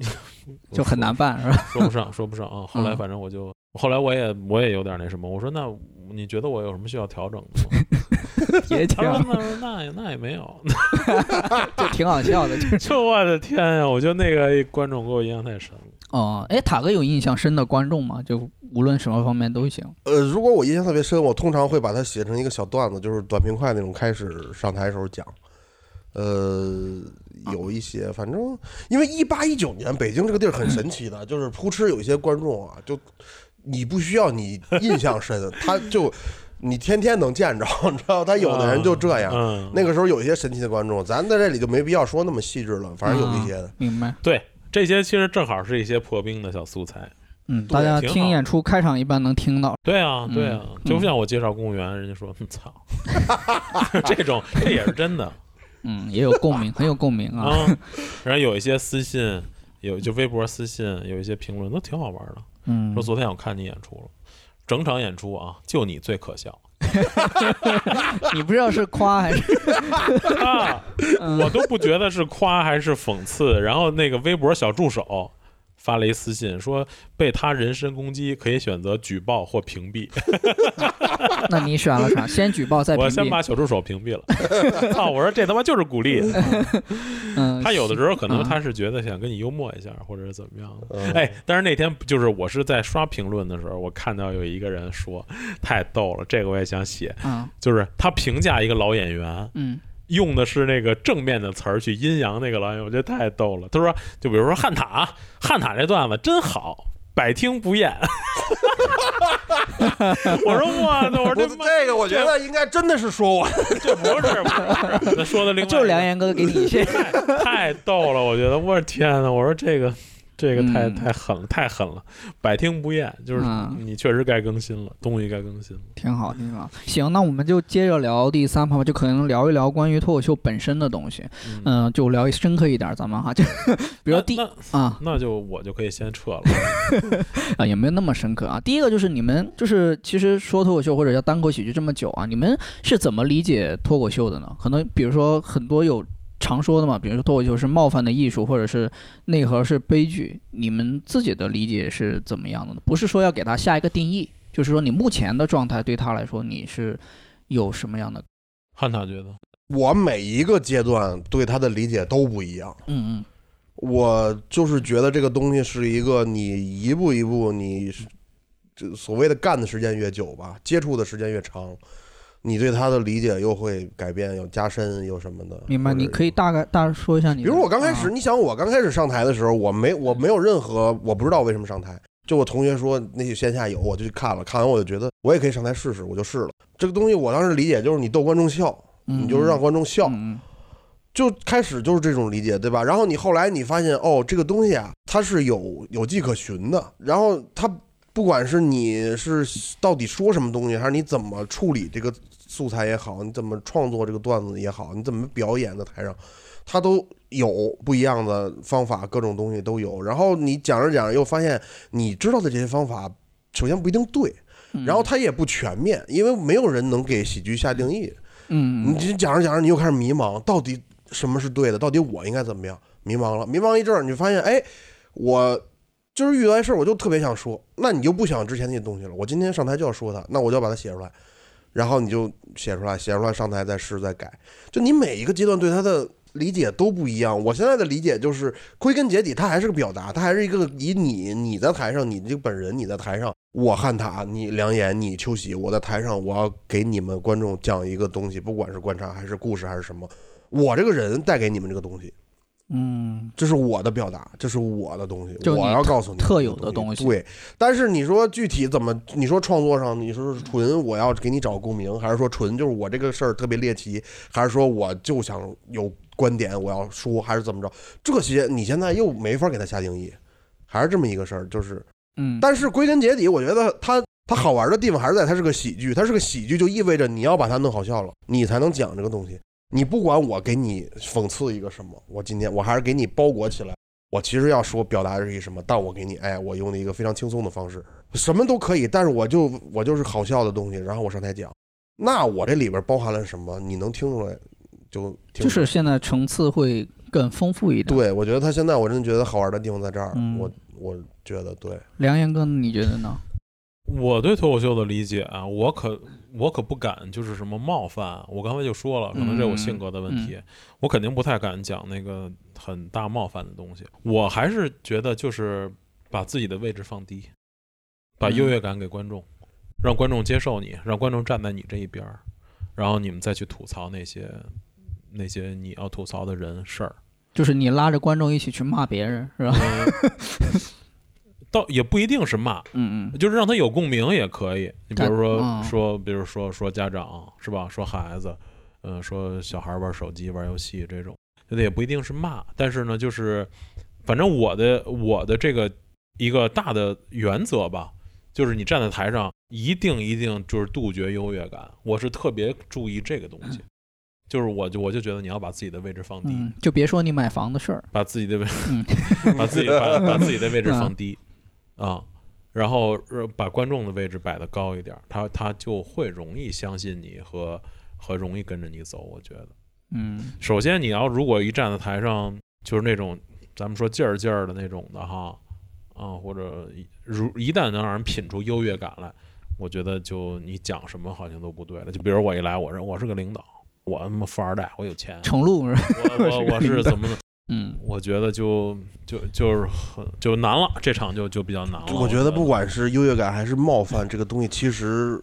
就很难办是吧？说不上，说不上啊。后来嗯反正我就，后来我也我也有点那什么，我说那你觉得我有什么需要调整的 吗？ 也挺他说那那也那也没有， 就挺好笑的， 就是就我的天呀！我觉得那个观众给我印象太深了。哦，哎，塔哥有印象深的观众吗？就无论什么方面都行。呃，如果我印象特别深，我通常会把它写成一个小段子，就是短平快那种，开始上台的时候讲。呃，有一些，反正因为一八一九年北京这个地儿很神奇的，就是扑哧有一些观众啊，就你不需要你印象深，他就你天天能见着，你知道，他有的人就这样。嗯，哎那个时候有一些神奇的观众，咱在这里就没必要说那么细致了，反正有一些的。明白，对这些其实正好是一些破冰的小素材。嗯，对大家挺好听演出开场一般能听到，对啊，对啊，嗯就像我介绍公务员，人家说哼“操”，这种这也是真 的嗯，也有共 鸣，很有共鸣啊。啊。然后有一些私信，有就微博私信，有一些评论都挺好玩的，嗯说，昨天我看你演出了，整场演出啊，就你最可笑你不知道是夸还 是啊，我嗯都不觉得是夸还是讽刺。然后那个微博小助手。发了一私信说，被他人身攻击可以选择举报或屏蔽。那你选了啥？先举报再屏我先蔽。把小助手屏蔽 了。操！我说这他妈就是鼓励。嗯，他有的时候可能嗯他是觉得想跟你幽默一下，或者是怎么样的。嗯哎，但是那天就是我是在刷评论的时候，我看到有一个人说太逗了，这个我也想写，啊，就是他评价一个老演员，嗯用的是那个正面的词儿去阴阳那个老演员，我觉得太逗了。他说，就比如说汉塔，汉塔这段子真好。百听不厌， 我说我的，我我说这妈这个我觉得应该真的是说我这不是，不是他说的另嗯，外就一是个梁岩哥给你先，太逗了，我觉得，我的天呐，我说这个，这个太嗯太狠了，太狠了，百听不厌，就是嗯你确实该更新了，东西该更新了。挺好，挺好。行，那我们就接着聊第三趴吧，就可能聊一聊关于脱口秀本身的东西。嗯，嗯，就聊深刻一点，咱们哈，就比如那第那啊，那就我就可以先撤了。啊，也没有那么深刻啊。第一个就是你们就是其实说脱口秀或者叫单口喜剧这么久啊，你们是怎么理解脱口秀的呢？可能比如说很多有常说的嘛，比如说脱口秀是冒犯的艺术，或者是内核是悲剧，你们自己的理解是怎么样的呢？不是说要给它下一个定义，就是说你目前的状态对他来说你是有什么样的？汉塔觉得，我每一个阶段对他的理解都不一样。嗯我就是觉得这个东西是一个你一步一步，你是这所谓的干的时间越久吧，接触的时间越长，你对它的理解又会改变，又加深，又什么的。明白。或者你可以大概大概说一下你比的，如我刚开始，啊你想我刚开始上台的时候，我没我没有任何我不知道为什么上台，就我同学说那些线下有，我就去看了，看完我就觉得我也可以上台试试，我就试了。这个东西我当时理解就是你逗观众笑，嗯你就是让观众笑，嗯嗯就开始就是这种理解，对吧？然后你后来你发现，哦，这个东西啊，它是有有迹可循的。然后它不管是你是到底说什么东西，还是你怎么处理这个素材也好，你怎么创作这个段子也好，你怎么表演在台上，它都有不一样的方法，各种东西都有。然后你讲着讲着又发现，你知道的这些方法，首先不一定对，嗯然后它也不全面，因为没有人能给喜剧下定义。嗯你嗯这讲着讲着，你又开始迷茫，到底什么是对的？到底我应该怎么样？迷茫了，迷茫一阵儿，你就发现，哎，我就是遇到一事儿，我就特别想说，那你就不想之前那些东西了。我今天上台就要说它，那我就要把它写出来，然后你就写出来，写出来上台再试再改。就你每一个阶段对它的理解都不一样。我现在的理解就是，归根结底，它还是个表达，它还是一个以你你在台上，你这个本人你在台上，我汉塔，你梁岩，你秋喜，我在台上，我要给你们观众讲一个东西，不管是观察还是故事还是什么，我这个人带给你们这个东西。嗯，这是我的表达，这是我的东西，就你我要告诉你特特有的东东西对，但是你说具体怎么，你说创作上，你说是纯我要给你找共鸣，还是说纯就是我这个事儿特别猎奇，还是说我就想有观点我要说，还是怎么着？这些你现在又没法给他下定义，还是这么一个事儿，就是嗯，但是归根结底，我觉得它它好玩的地方还是在它是个喜剧，它是个喜剧就意味着你要把它弄好笑了，你才能讲这个东西。你不管我给你讽刺一个什么，我今天我还是给你包裹起来。我其实要说表达的是一什么，但我给你，哎，我用了一个非常轻松的方式，什么都可以，但是我就我就是好笑的东西，然后我上台讲，那我这里边包含了什么，你能听出来就听就出来是现在层次会更丰富一点。，对，我觉得他现在我真的觉得好玩的地方在这儿，嗯我我觉得对，梁岩哥，你觉得呢？我对脱口秀的理解啊，我可我可不敢就是什么冒犯，啊我刚才就说了，可能这有性格的问题，嗯我肯定不太敢讲那个很大冒犯的东西。我还是觉得就是把自己的位置放低，把嗯优越感给观众，让观众接受你，让观众站在你这一边儿，然后你们再去吐槽那些那些你要吐槽的人事儿。就是你拉着观众一起去骂别人，是吧？倒也不一定是骂，嗯嗯，就是让他有共鸣也可以。你比如说、嗯说，比如说说家长是吧？说孩子，嗯、说小孩玩手机、玩游戏这种，那也不一定是骂，但是呢，就是反正我的我的这个一个大的原则吧，就是你站在台上，一定一定就是杜绝优越感，我是特别注意这个东西。就是我就我就觉得你要把自己的位置放低，嗯，就别说你买房的事儿，把自己的位嗯， 把自己把把自己的位置放低啊，然后呃把观众的位置摆得高一点儿，他他就会容易相信你和和容易跟着你走。我觉得，嗯首先你要如果一站在台上，就是那种咱们说劲儿劲儿的那种的哈，啊，或者一如一旦能让人品出优越感来，我觉得就你讲什么好像都不对了。就比如我一来，我是我是个领导，我他妈富二代，我有钱，重录是吧？我我 我是怎么的？嗯我觉得就就就是很就难了，这场就就比较难了。我觉觉得不管是优越感还是冒犯，这个东西其实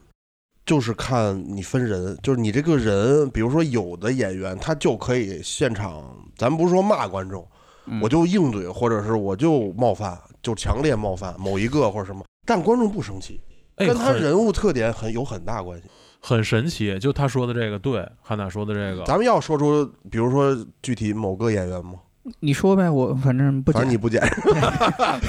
就是看你分人，就是你这个人，比如说有的演员他就可以现场，咱不是说骂观众，嗯，我就硬怼，或者是我就冒犯，就强烈冒犯某一个或者什么，但观众不生气，哎跟他很人物特点很有很大关系。很神奇，就他说的这个对，汉娜说的这个，咱们要说出，比如说具体某个演员吗？你说呗，我反正不反讲正你，不捡，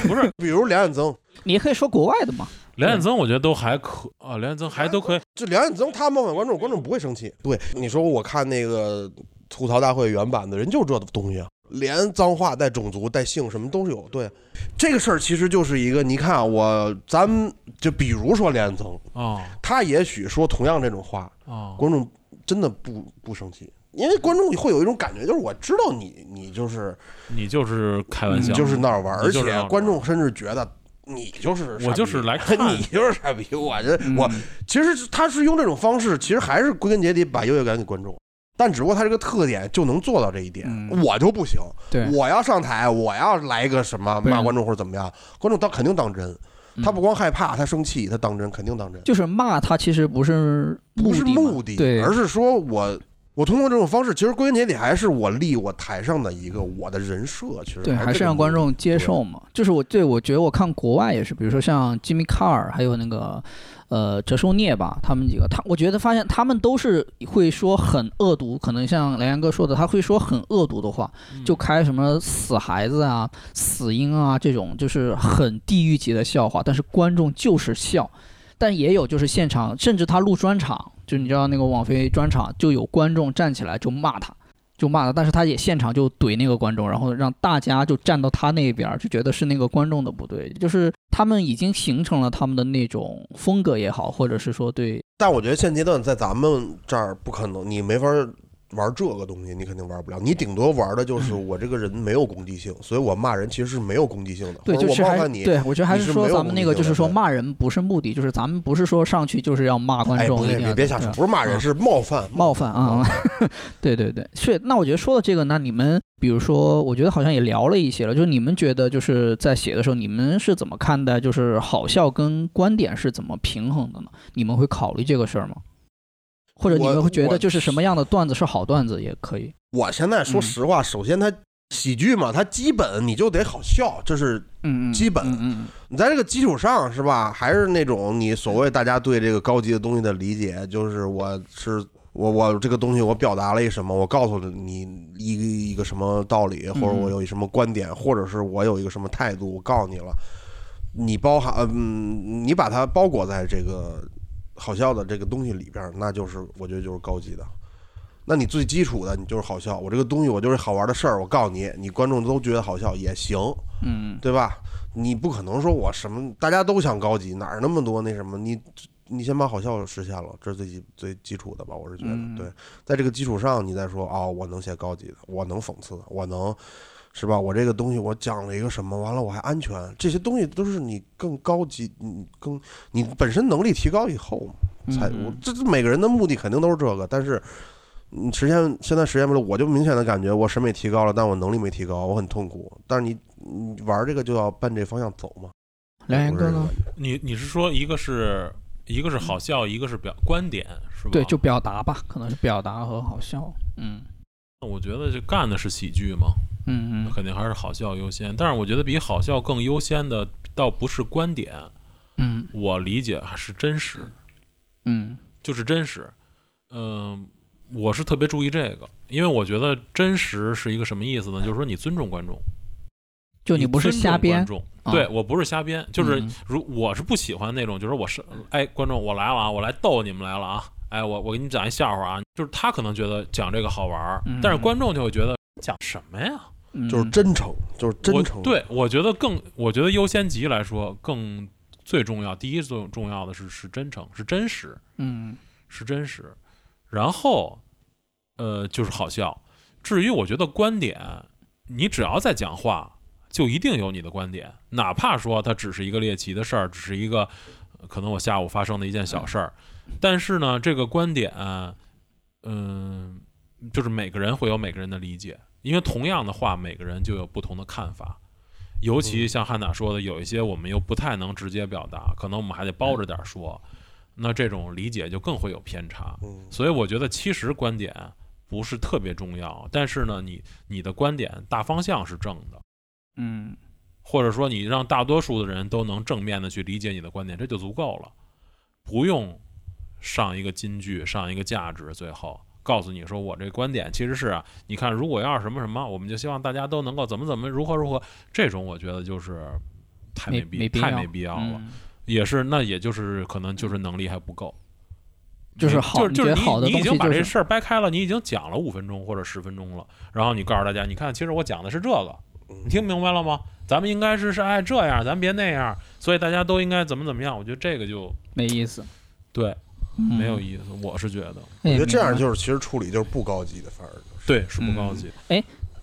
不是比如梁远增，你也可以说国外的嘛。梁远增，我觉得都还可啊，梁远增还都可以。就梁远增他冒犯观众，观众不会生气。对，你说我看那个吐槽大会原版的人就这东西啊，连脏话带种族带性什么都是有。对，这个事儿其实就是一个，你看啊我咱们就比如说梁远增，哦他也许说同样这种话，哦，观众真的不不生气。因为观众会有一种感觉，就是我知道你，你就是你就是开玩你笑，就是闹着玩儿，你而就是闹着玩且儿观众甚至觉得你就是傻我就逼 是来看你就是傻逼，我这我嗯其实他是用这种方式，其实还是归根结底把优越感给观众，但只不过他这个特点就能做到这一点，嗯我就不行。对，我要上台，我要来一个什么对骂观众或者怎么样，观众当肯定当真，嗯他不光害怕，他生气，他当真，肯定当真，就是骂他，其实不是不是的嘛目的，对，而是说我。我通过这种方式，其实归根结底还是我立我台上的一个我的人设，其实对，还这是个让观目众接受嘛。就是我对我觉得我看国外也是，比如说像 Jimmy Carr 还有那个呃哲树涅吧，他们几个，他我觉得发现他们都是会说很恶毒，可能像梁岩哥说的，他会说很恶毒的话，就开什么死孩子啊、死婴啊这种，就是很地狱级的笑话，但是观众就是笑。但也有就是现场，甚至他录专场，就你知道那个网飞专场，就有观众站起来就骂他，就骂他，但是他也现场就怼那个观众，然后让大家就站到他那边儿，就觉得是那个观众的不对，就是他们已经形成了他们的那种风格也好，或者是说对，但我觉得现阶段在咱们这儿不可能，你没法玩这个东西，你肯定玩不了。你顶多玩的就是我这个人没有攻击性，所以我骂人其实是没有攻击性的，对，或者哦就我是冒还犯你。对我觉得还你是说没有咱们那个目的就是的说对骂人不是目的，就是咱们不是说上去就是要骂观哎，众不一对，定要怎么样，别别瞎说，不是骂人，嗯是冒犯。冒犯啊， 对对对，是。那我觉得说到这个，那你们比如说，我觉得好像也聊了一些了，就是你们觉得就是在写的时候，你们是怎么看待就是好笑跟观点是怎么平衡的呢？你们会考虑这个事儿吗？或者你我们会觉我得就是什么样的段子是好段子也可以？我现在说实话，首先它喜剧嘛，它基本你就得好笑，这是嗯嗯，基本嗯嗯你在这个基础上是吧？还是那种你所谓大家对这个高级的东西的理解，就是我是我我这个东西我表达了一什么，我告诉了你一个一个什么道理，或者我有一什么观点，或者是我有一个什么态度，我告诉你了。你包含嗯，你把它包裹在这个好笑的这个东西里边儿，那就是我觉得就是高级的。那你最基础的，你就是好笑。我这个东西，我就是好玩的事儿，我告诉你，你观众都觉得好笑也行。嗯对吧？你不可能说我什么，大家都想高级，哪儿那么多那什么？你你先把好笑实现了，这是最基最基础的吧？我是觉得，嗯对，在这个基础上，你再说哦，我能写高级的，我能讽刺，我能是吧？我这个东西我讲了一个什么，完了我还安全，这些东西都是你更高级，你更你本身能力提高以后嗯，才嗯我这这每个人的目的肯定都是这个，但是你实现现在实现不了，我就明显的感觉我审美提高了，但我能力没提高，我很痛苦。但是你你玩这个就要奔这方向走嘛。梁岩哥呢我是这个感觉你你是说一个是一个是好笑，一个是表观点是吧？对，就表达吧，可能是表达和好笑。嗯那我觉得就干的是喜剧嘛，嗯那肯定还是好笑优先。但是我觉得比好笑更优先的倒不是观点，嗯我理解还是真实。嗯就是真实。嗯、我是特别注意这个，因为我觉得真实是一个什么意思呢？就是说你尊重观众，就你不是尊重瞎编观，众啊对我不是瞎编，就是嗯如我是不喜欢那种，就是我是哎，观众我来了啊，我来逗你们来了啊，哎，我我给你们讲一笑话啊，就是他可能觉得讲这个好玩儿嗯，但是观众就会觉得讲什么呀？嗯就是真诚，就是真我诚。，对，我觉得更，我觉得优先级来说更最重要，第一最重要的是是真诚，是真实，嗯是真实，然后呃就是好笑。至于我觉得观点，你只要在讲话，就一定有你的观点，哪怕说它只是一个猎奇的事儿，只是一个呃可能我下午发生的一件小事儿，但是呢，这个观点，嗯、就是每个人会有每个人的理解，因为同样的话，每个人就有不同的看法。尤其像汉娜说的，有一些我们又不太能直接表达，可能我们还得包着点儿说，那这种理解就更会有偏差。嗯，所以我觉得其实观点不是特别重要，但是呢，你你的观点大方向是正的，嗯或者说你让大多数的人都能正面的去理解你的观点，这就足够了，不用上一个金句，上一个价值，最后告诉你说我这观点其实是啊，你看如果要是什么什么，我们就希望大家都能够怎么怎么如何如何，这种我觉得就是太没必没必太要没必要了，嗯，也是那也就是可能就是能力还不够。就是你好，就是就是你觉得你好的你已东经西把就这是事儿掰开了，你已经讲了五分钟或者十分钟了，然后你告诉大家，你看，其实我讲的是这个，你听明白了吗？咱们应该是是哎这样，咱别那样，所以大家都应该怎么怎么样。我觉得这个就没意思，嗯对，没没有意思，我是觉得我觉得这嗯样就是其实处理就是不高级的，反而就是对是不高级。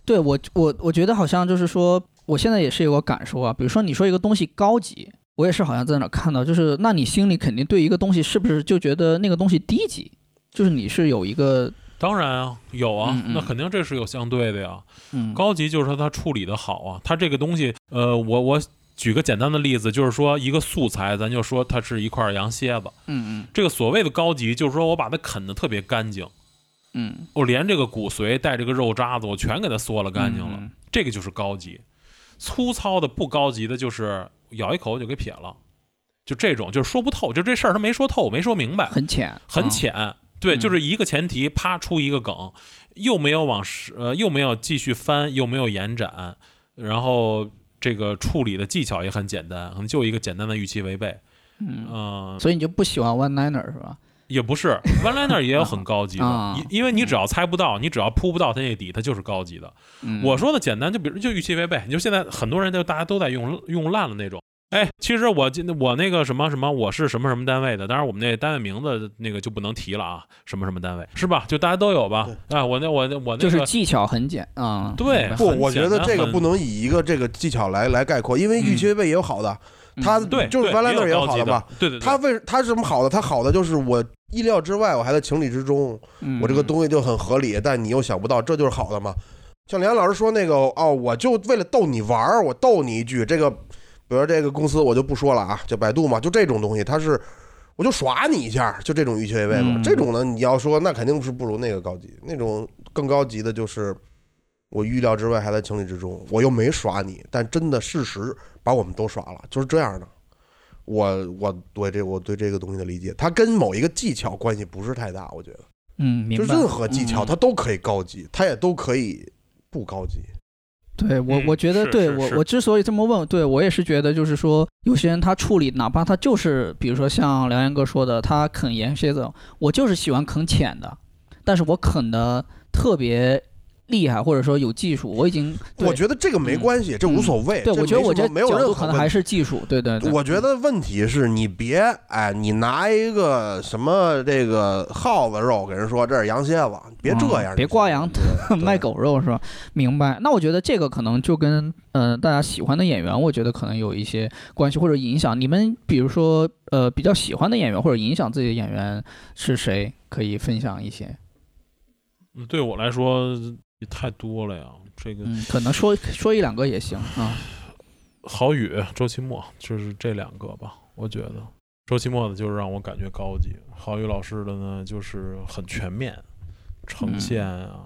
对我，我我觉得好像就是说，我现在也是有个感受啊。比如说，你说一个东西高级，我也是好像在哪儿看到，就是那你心里肯定对一个东西是不是就觉得那个东西低级，就是你是有一个当然啊，有啊，嗯嗯那肯定这是有相对的呀。嗯高级就是说它处理的好啊，它这个东西，呃，我我举个简单的例子，就是说一个素材，咱就说它是一块羊蝎子，嗯这个所谓的高级就是说我把它啃得特别干净。嗯嗯，我连这个骨髓带这个肉渣子，我全给它嗦了干净了，嗯这个就是高级。粗糙的不高级的，就是咬一口就给撇了，就这种就是说不透，就这事儿他没说透，没说明白，很浅，很啊，浅。对，嗯就是一个前提，啪出一个梗，又没有往实呃，又没有继续翻，又没有延展，然后这个处理的技巧也很简单，可能就一个简单的预期违背，嗯，嗯、所以你就不喜欢 one liner 是吧？也不是，one liner 也有很高级的啊，因因为你只要猜不到，你只要扑不到它那底，它就是高级的。嗯我说的简单，就比如就预期违背，你就现在很多人就大家都在用用烂了那种。哎，其实我今我那个什么什么，我是什么什么单位的，当然我们那单位名字那个就不能提了啊，什么什么单位是吧？就大家都有吧？哎，我那我那我那个就是技巧很简啊，对明白很不，我觉得简单这个很嗯不能以一个这个技巧来来概括，因为预期违背也有好的，他嗯对，就是对 one liner 也也有高好级的的吧？对对，对他为他是什么好的？他好的就是我意料之外，我还在情理之中，嗯我这个东西就很合理，但你又想不到，这就是好的嘛。像梁老师说那个哦，我就为了逗你玩儿，我逗你一句，这个，比如说这个公司我就不说了啊，就百度嘛，就这种东西，它是我就耍你一下，就这种预期违背嘛。嗯这种呢，你要说那肯定是不如那个高级，那种更高级的就是我预料之外，还在情理之中。我又没耍你，但真的事实把我们都耍了，就是这样的。我我对这我对这个东西的理解，它跟某一个技巧关系不是太大，我觉得。嗯，明就白。任何技巧，嗯它都可以高级，它也都可以不高级。对我，我嗯觉得是对是我是，我之所以这么问，对我也是觉得，就是说，有些人他处理，哪怕他就是，比如说像梁岩哥说的，他啃盐蝎子，我就是喜欢啃浅的，但是我啃的特别厉害，或者说有技术，我已经，对嗯我觉得这个没关系，这无所谓。对，这我觉得没我什这么没有角任度何可能问还题是技术，对对对，我觉得问题是你别哎，你拿一个什么这个耗子肉给人说这是羊蝎子，别这样，嗯别挂羊 对卖。狗肉是吧？明白。那我觉得这个可能就跟呃大家喜欢的演员，我觉得可能有一些关系或者影响。你们比如说呃比较喜欢的演员或者影响自己的演员是谁？可以分享一些。嗯对我来说也太多了呀。这个嗯，可能说说一两个也行啊。郝宇、周奇墨就是这两个吧，我觉得周奇墨的就是让我感觉高级，郝宇老师的呢就是很全面，呈现啊，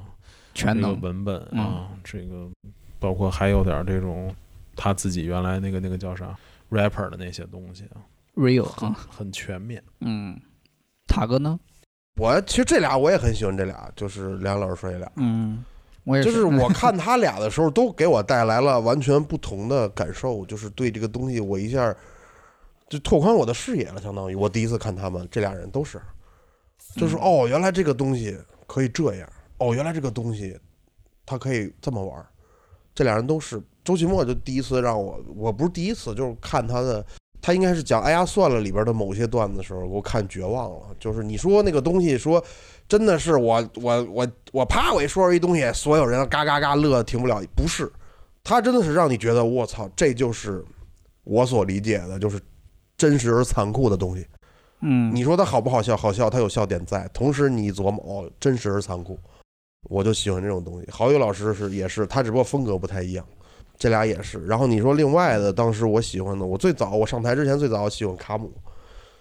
全这个能。文本啊，这个包括还有点这种他自己原来那个那个叫啥 rapper 的那些东西啊， real 很啊，很全面。嗯。塔哥呢？我其实这俩我也很喜欢这俩，就是梁老师说这俩，嗯，我也就是我看他俩的时候，都给我带来了完全不同的感受，就是对这个东西我一下就拓宽我的视野了，相当于我第一次看他们这俩人都是，就是嗯哦，原来这个东西可以这样，哦，原来这个东西它可以这么玩儿，这俩人都是周奇墨就第一次让我，我不是第一次，就是看他的。他应该是讲《哎呀算了》里边的某些段子的时候，给我看绝望了。就是你说那个东西说真的是我我我我啪我一说一东西，所有人嘎嘎嘎乐得停不了。不是，他真的是让你觉得我操，这就是我所理解的，就是真实而残酷的东西。嗯，你说它好不好笑？好笑，它有笑点在。同时你一琢磨，哦，真实而残酷，我就喜欢这种东西。郝宇老师是也是，他只不过风格不太一样，这俩也是。然后你说另外的，当时我喜欢的，我最早我上台之前最早我喜欢卡姆，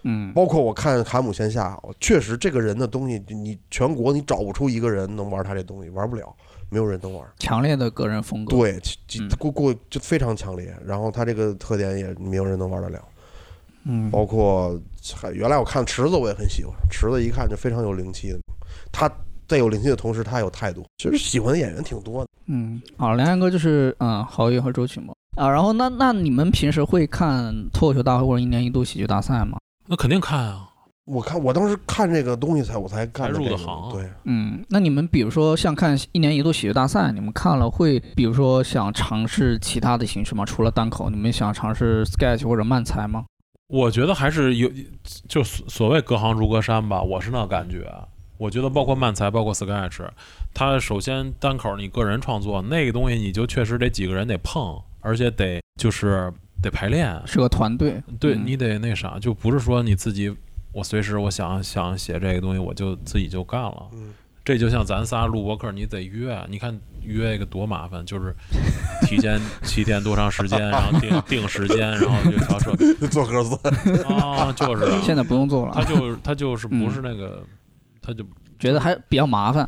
嗯包括我看卡姆线下，我确实这个人的东西，你全国你找不出一个人能玩他这东西，玩不了，没有人能玩。强烈的个人风格。对，其其嗯过过就非常强烈，然后他这个特点也没有人能玩得了。嗯，包括还原来我看池子，我也很喜欢池子，一看就非常有灵气的。他在有灵气的同时，他还有态度。其实喜欢的演员挺多的。嗯，好，梁阳哥就是嗯，郝宇和周启墨啊。然后那那你们平时会看脱口秀大会或者一年一度喜剧大赛吗？那肯定看啊，我看我当时看这个东西才我才看才入这的个行啊对，嗯，那你们比如说像看一年一度喜剧大赛，你们看了会比如说想尝试其他的形式吗？除了单口，你们想尝试 sketch 或者漫才吗？我觉得还是有，就所所谓隔行如隔山吧，我是那感觉。我觉得包括漫才，包括 sketch，它首先单口你个人创作那个东西，你就确实得几个人得碰，而且得就是得排练，是个团队，对嗯你得那啥，就不是说你自己，我随时我想想写这个东西，我就自己就干了。嗯，这就像咱仨录播客，你得约，啊你看约一个多麻烦，就是提前 七天多长时间，然后定定时间，然后就调设备 做核酸，啊，就是啊 现在不用做了他啊，就他就是不是那个，他就觉得还比较麻烦。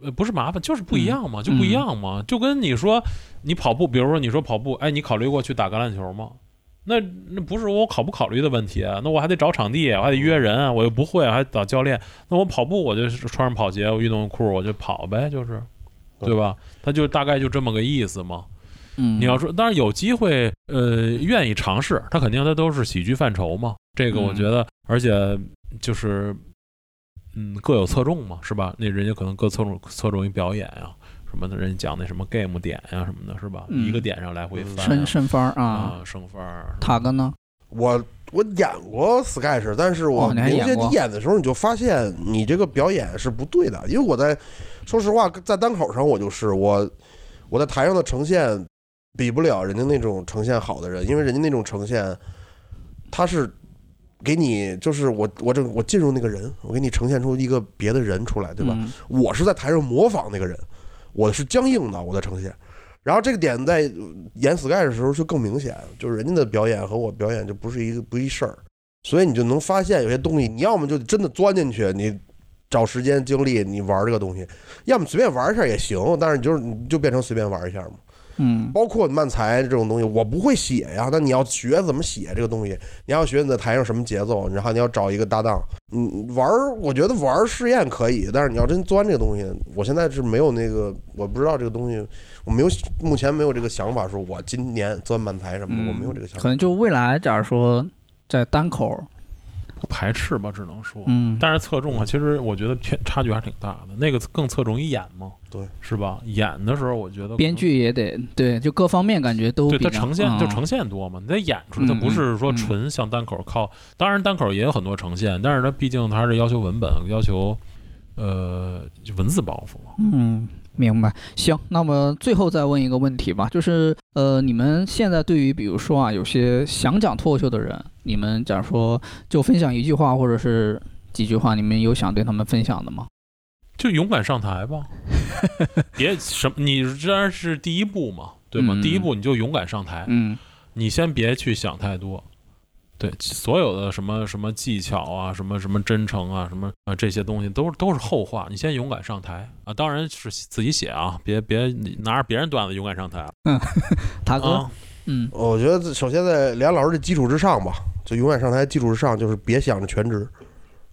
呃不是麻烦，就是不一样嘛，嗯就不一样嘛，就跟你说你跑步，比如说你说跑步，哎，你考虑过去打橄榄球吗？那那不是我考不考虑的问题啊，那我还得找场地，我还得嗯约人，啊我又不会，还得找教练。那我跑步，我就穿上跑鞋，我运动裤，我就跑呗，就是，对吧？他就大概就这么个意思嘛。嗯，你要说，当然有机会，呃，愿意尝试，他肯定他都是喜剧范畴嘛。这个我嗯觉得，而且就是，嗯，各有侧重嘛，是吧？那人家可能各侧重侧重于表演呀、什么的，人家讲那什么 game 点呀、什么的，是吧？嗯一个点上来回嗯翻申呀申番儿啊，啊，升分儿。塔哥呢？我我演过 sketch，但是我哦你还明演显过你演的时候，你就发现你这个表演是不对的。因为我在说实话，在单口上我就是我我在台上的呈现比不了人家那种呈现好的人，因为人家那种呈现他是给你就是我我这我进入那个人，我给你呈现出一个别的人出来，对吧？嗯？我是在台上模仿那个人，我是僵硬的，我的呈现。然后这个点在呃演 Sky 的时候就更明显，就是人家的表演和我表演就不是一个不一事儿，所以你就能发现有些东西，你要么就真的钻进去，你找时间精力你玩这个东西，要么随便玩一下也行，但是你就是你就变成随便玩一下嘛。嗯包括漫才这种东西，我不会写呀，那你要学怎么写这个东西，你要学你在台上什么节奏，然后你要找一个搭档，嗯，玩儿，我觉得玩儿试验可以，但是你要真钻这个东西，我现在是没有那个，我不知道这个东西，我没有，目前没有这个想法，说我今年钻漫才什么的，我没有这个想嗯可法。能就未来，假如说在单口儿，排斥吧，只能说。嗯，但是侧重啊，其实我觉得偏差距还挺大的。那个更侧重于演嘛，对，是吧？演的时候，我觉得可能编剧也得对，就各方面感觉都对比它较呈现就嗯呈现多嘛，你得演出来，它嗯不是说嗯纯像单口靠。当然，单口也有很多呈现，但是它毕竟它是要求文本，要求呃就文字包袱嘛。嗯，明白。行，那么最后再问一个问题吧，就是呃，你们现在对于比如说啊，有些想讲脱口秀的人，你们假如说就分享一句话或者是几句话，你们有想对他们分享的吗？就勇敢上台 吧，别什么，你当然是第一步嘛，对吗？嗯第一步你就勇敢上台，嗯你先别去想太多。对，所有的什么什么技巧啊，什么什么真诚啊，什么啊这些东西都是都是后话，你先勇敢上台啊！当然是自己写啊，别别你拿着别人段子勇敢上台啊！塔哥，啊嗯我觉得首先在梁老师的基础之上吧，就永远上台基础之上，就是别想着全职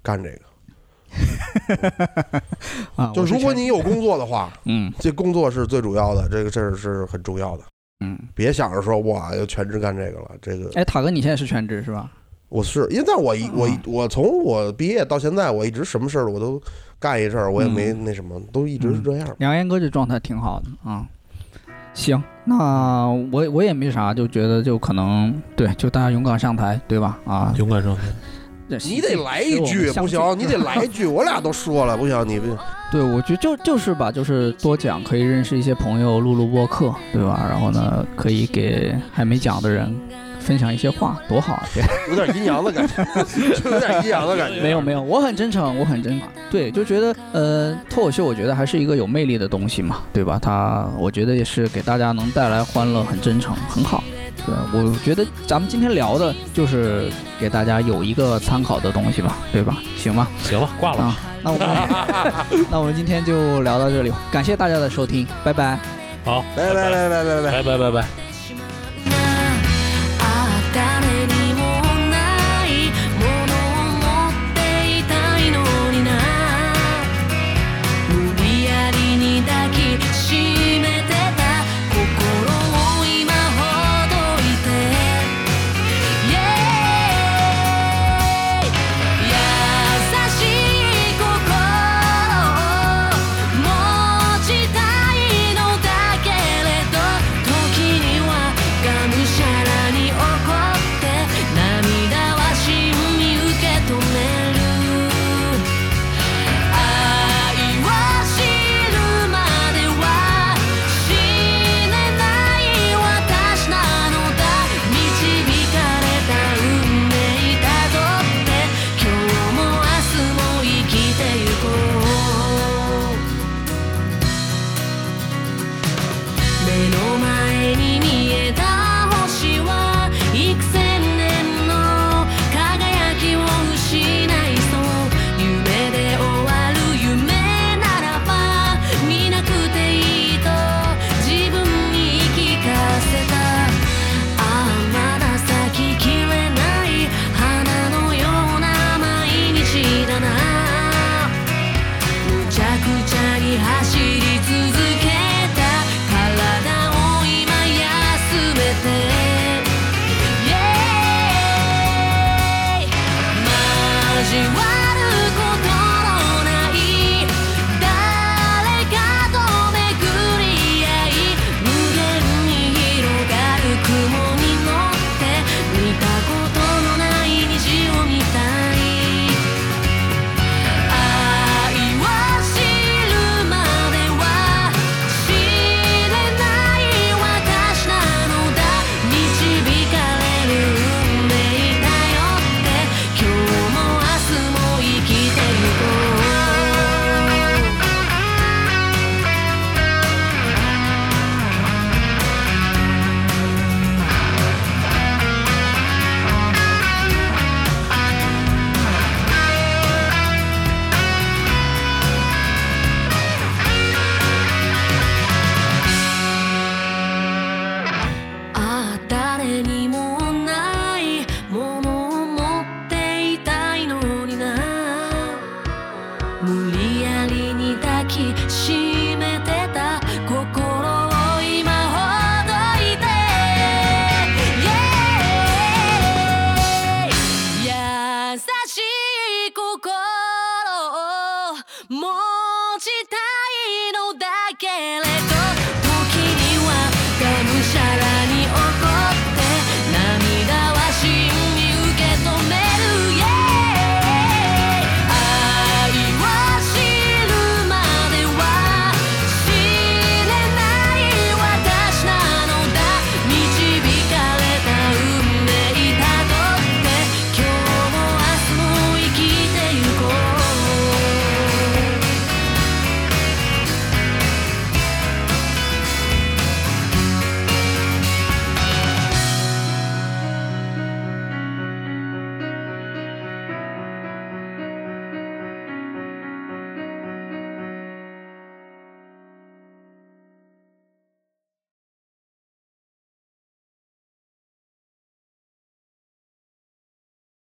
干这个。啊，就我是如果全你有工作的话，嗯这工作是最主要的，这个事儿是很重要的。嗯，别想着说哇，要全职干这个了，这个哎，塔哥，你现在是全职是吧？我是因为但我一我一嗯我从我毕业到现在，我一直什么事儿我都干一阵儿，我也没嗯那什么，都一直是这样。梁岩哥这状态挺好的啊、行，那我我也没啥，就觉得就可能对，就大家勇敢上台，对吧？啊，勇敢上台，这你得来一句不行，你得来一句，我俩都说了不行，你不行。对，我觉得就就是吧，就是多讲，可以认识一些朋友，录录播客，对吧？然后呢，可以给还没讲的人分享一些话，多好啊！有点阴阳的感 觉，就有点阴阳的感觉。没有没有，我很真诚，我很真诚。对，就觉得呃，脱口秀我觉得还是一个有魅力的东西嘛，对吧？它我觉得也是给大家能带来欢乐，很真诚，很好。对，我觉得咱们今天聊的就是给大家有一个参考的东西吧，对吧？行吧，行了，挂了。啊，那我们那我们 今天就聊到这里，感谢大家的收听，拜拜。好，来来来来来来。拜拜拜拜。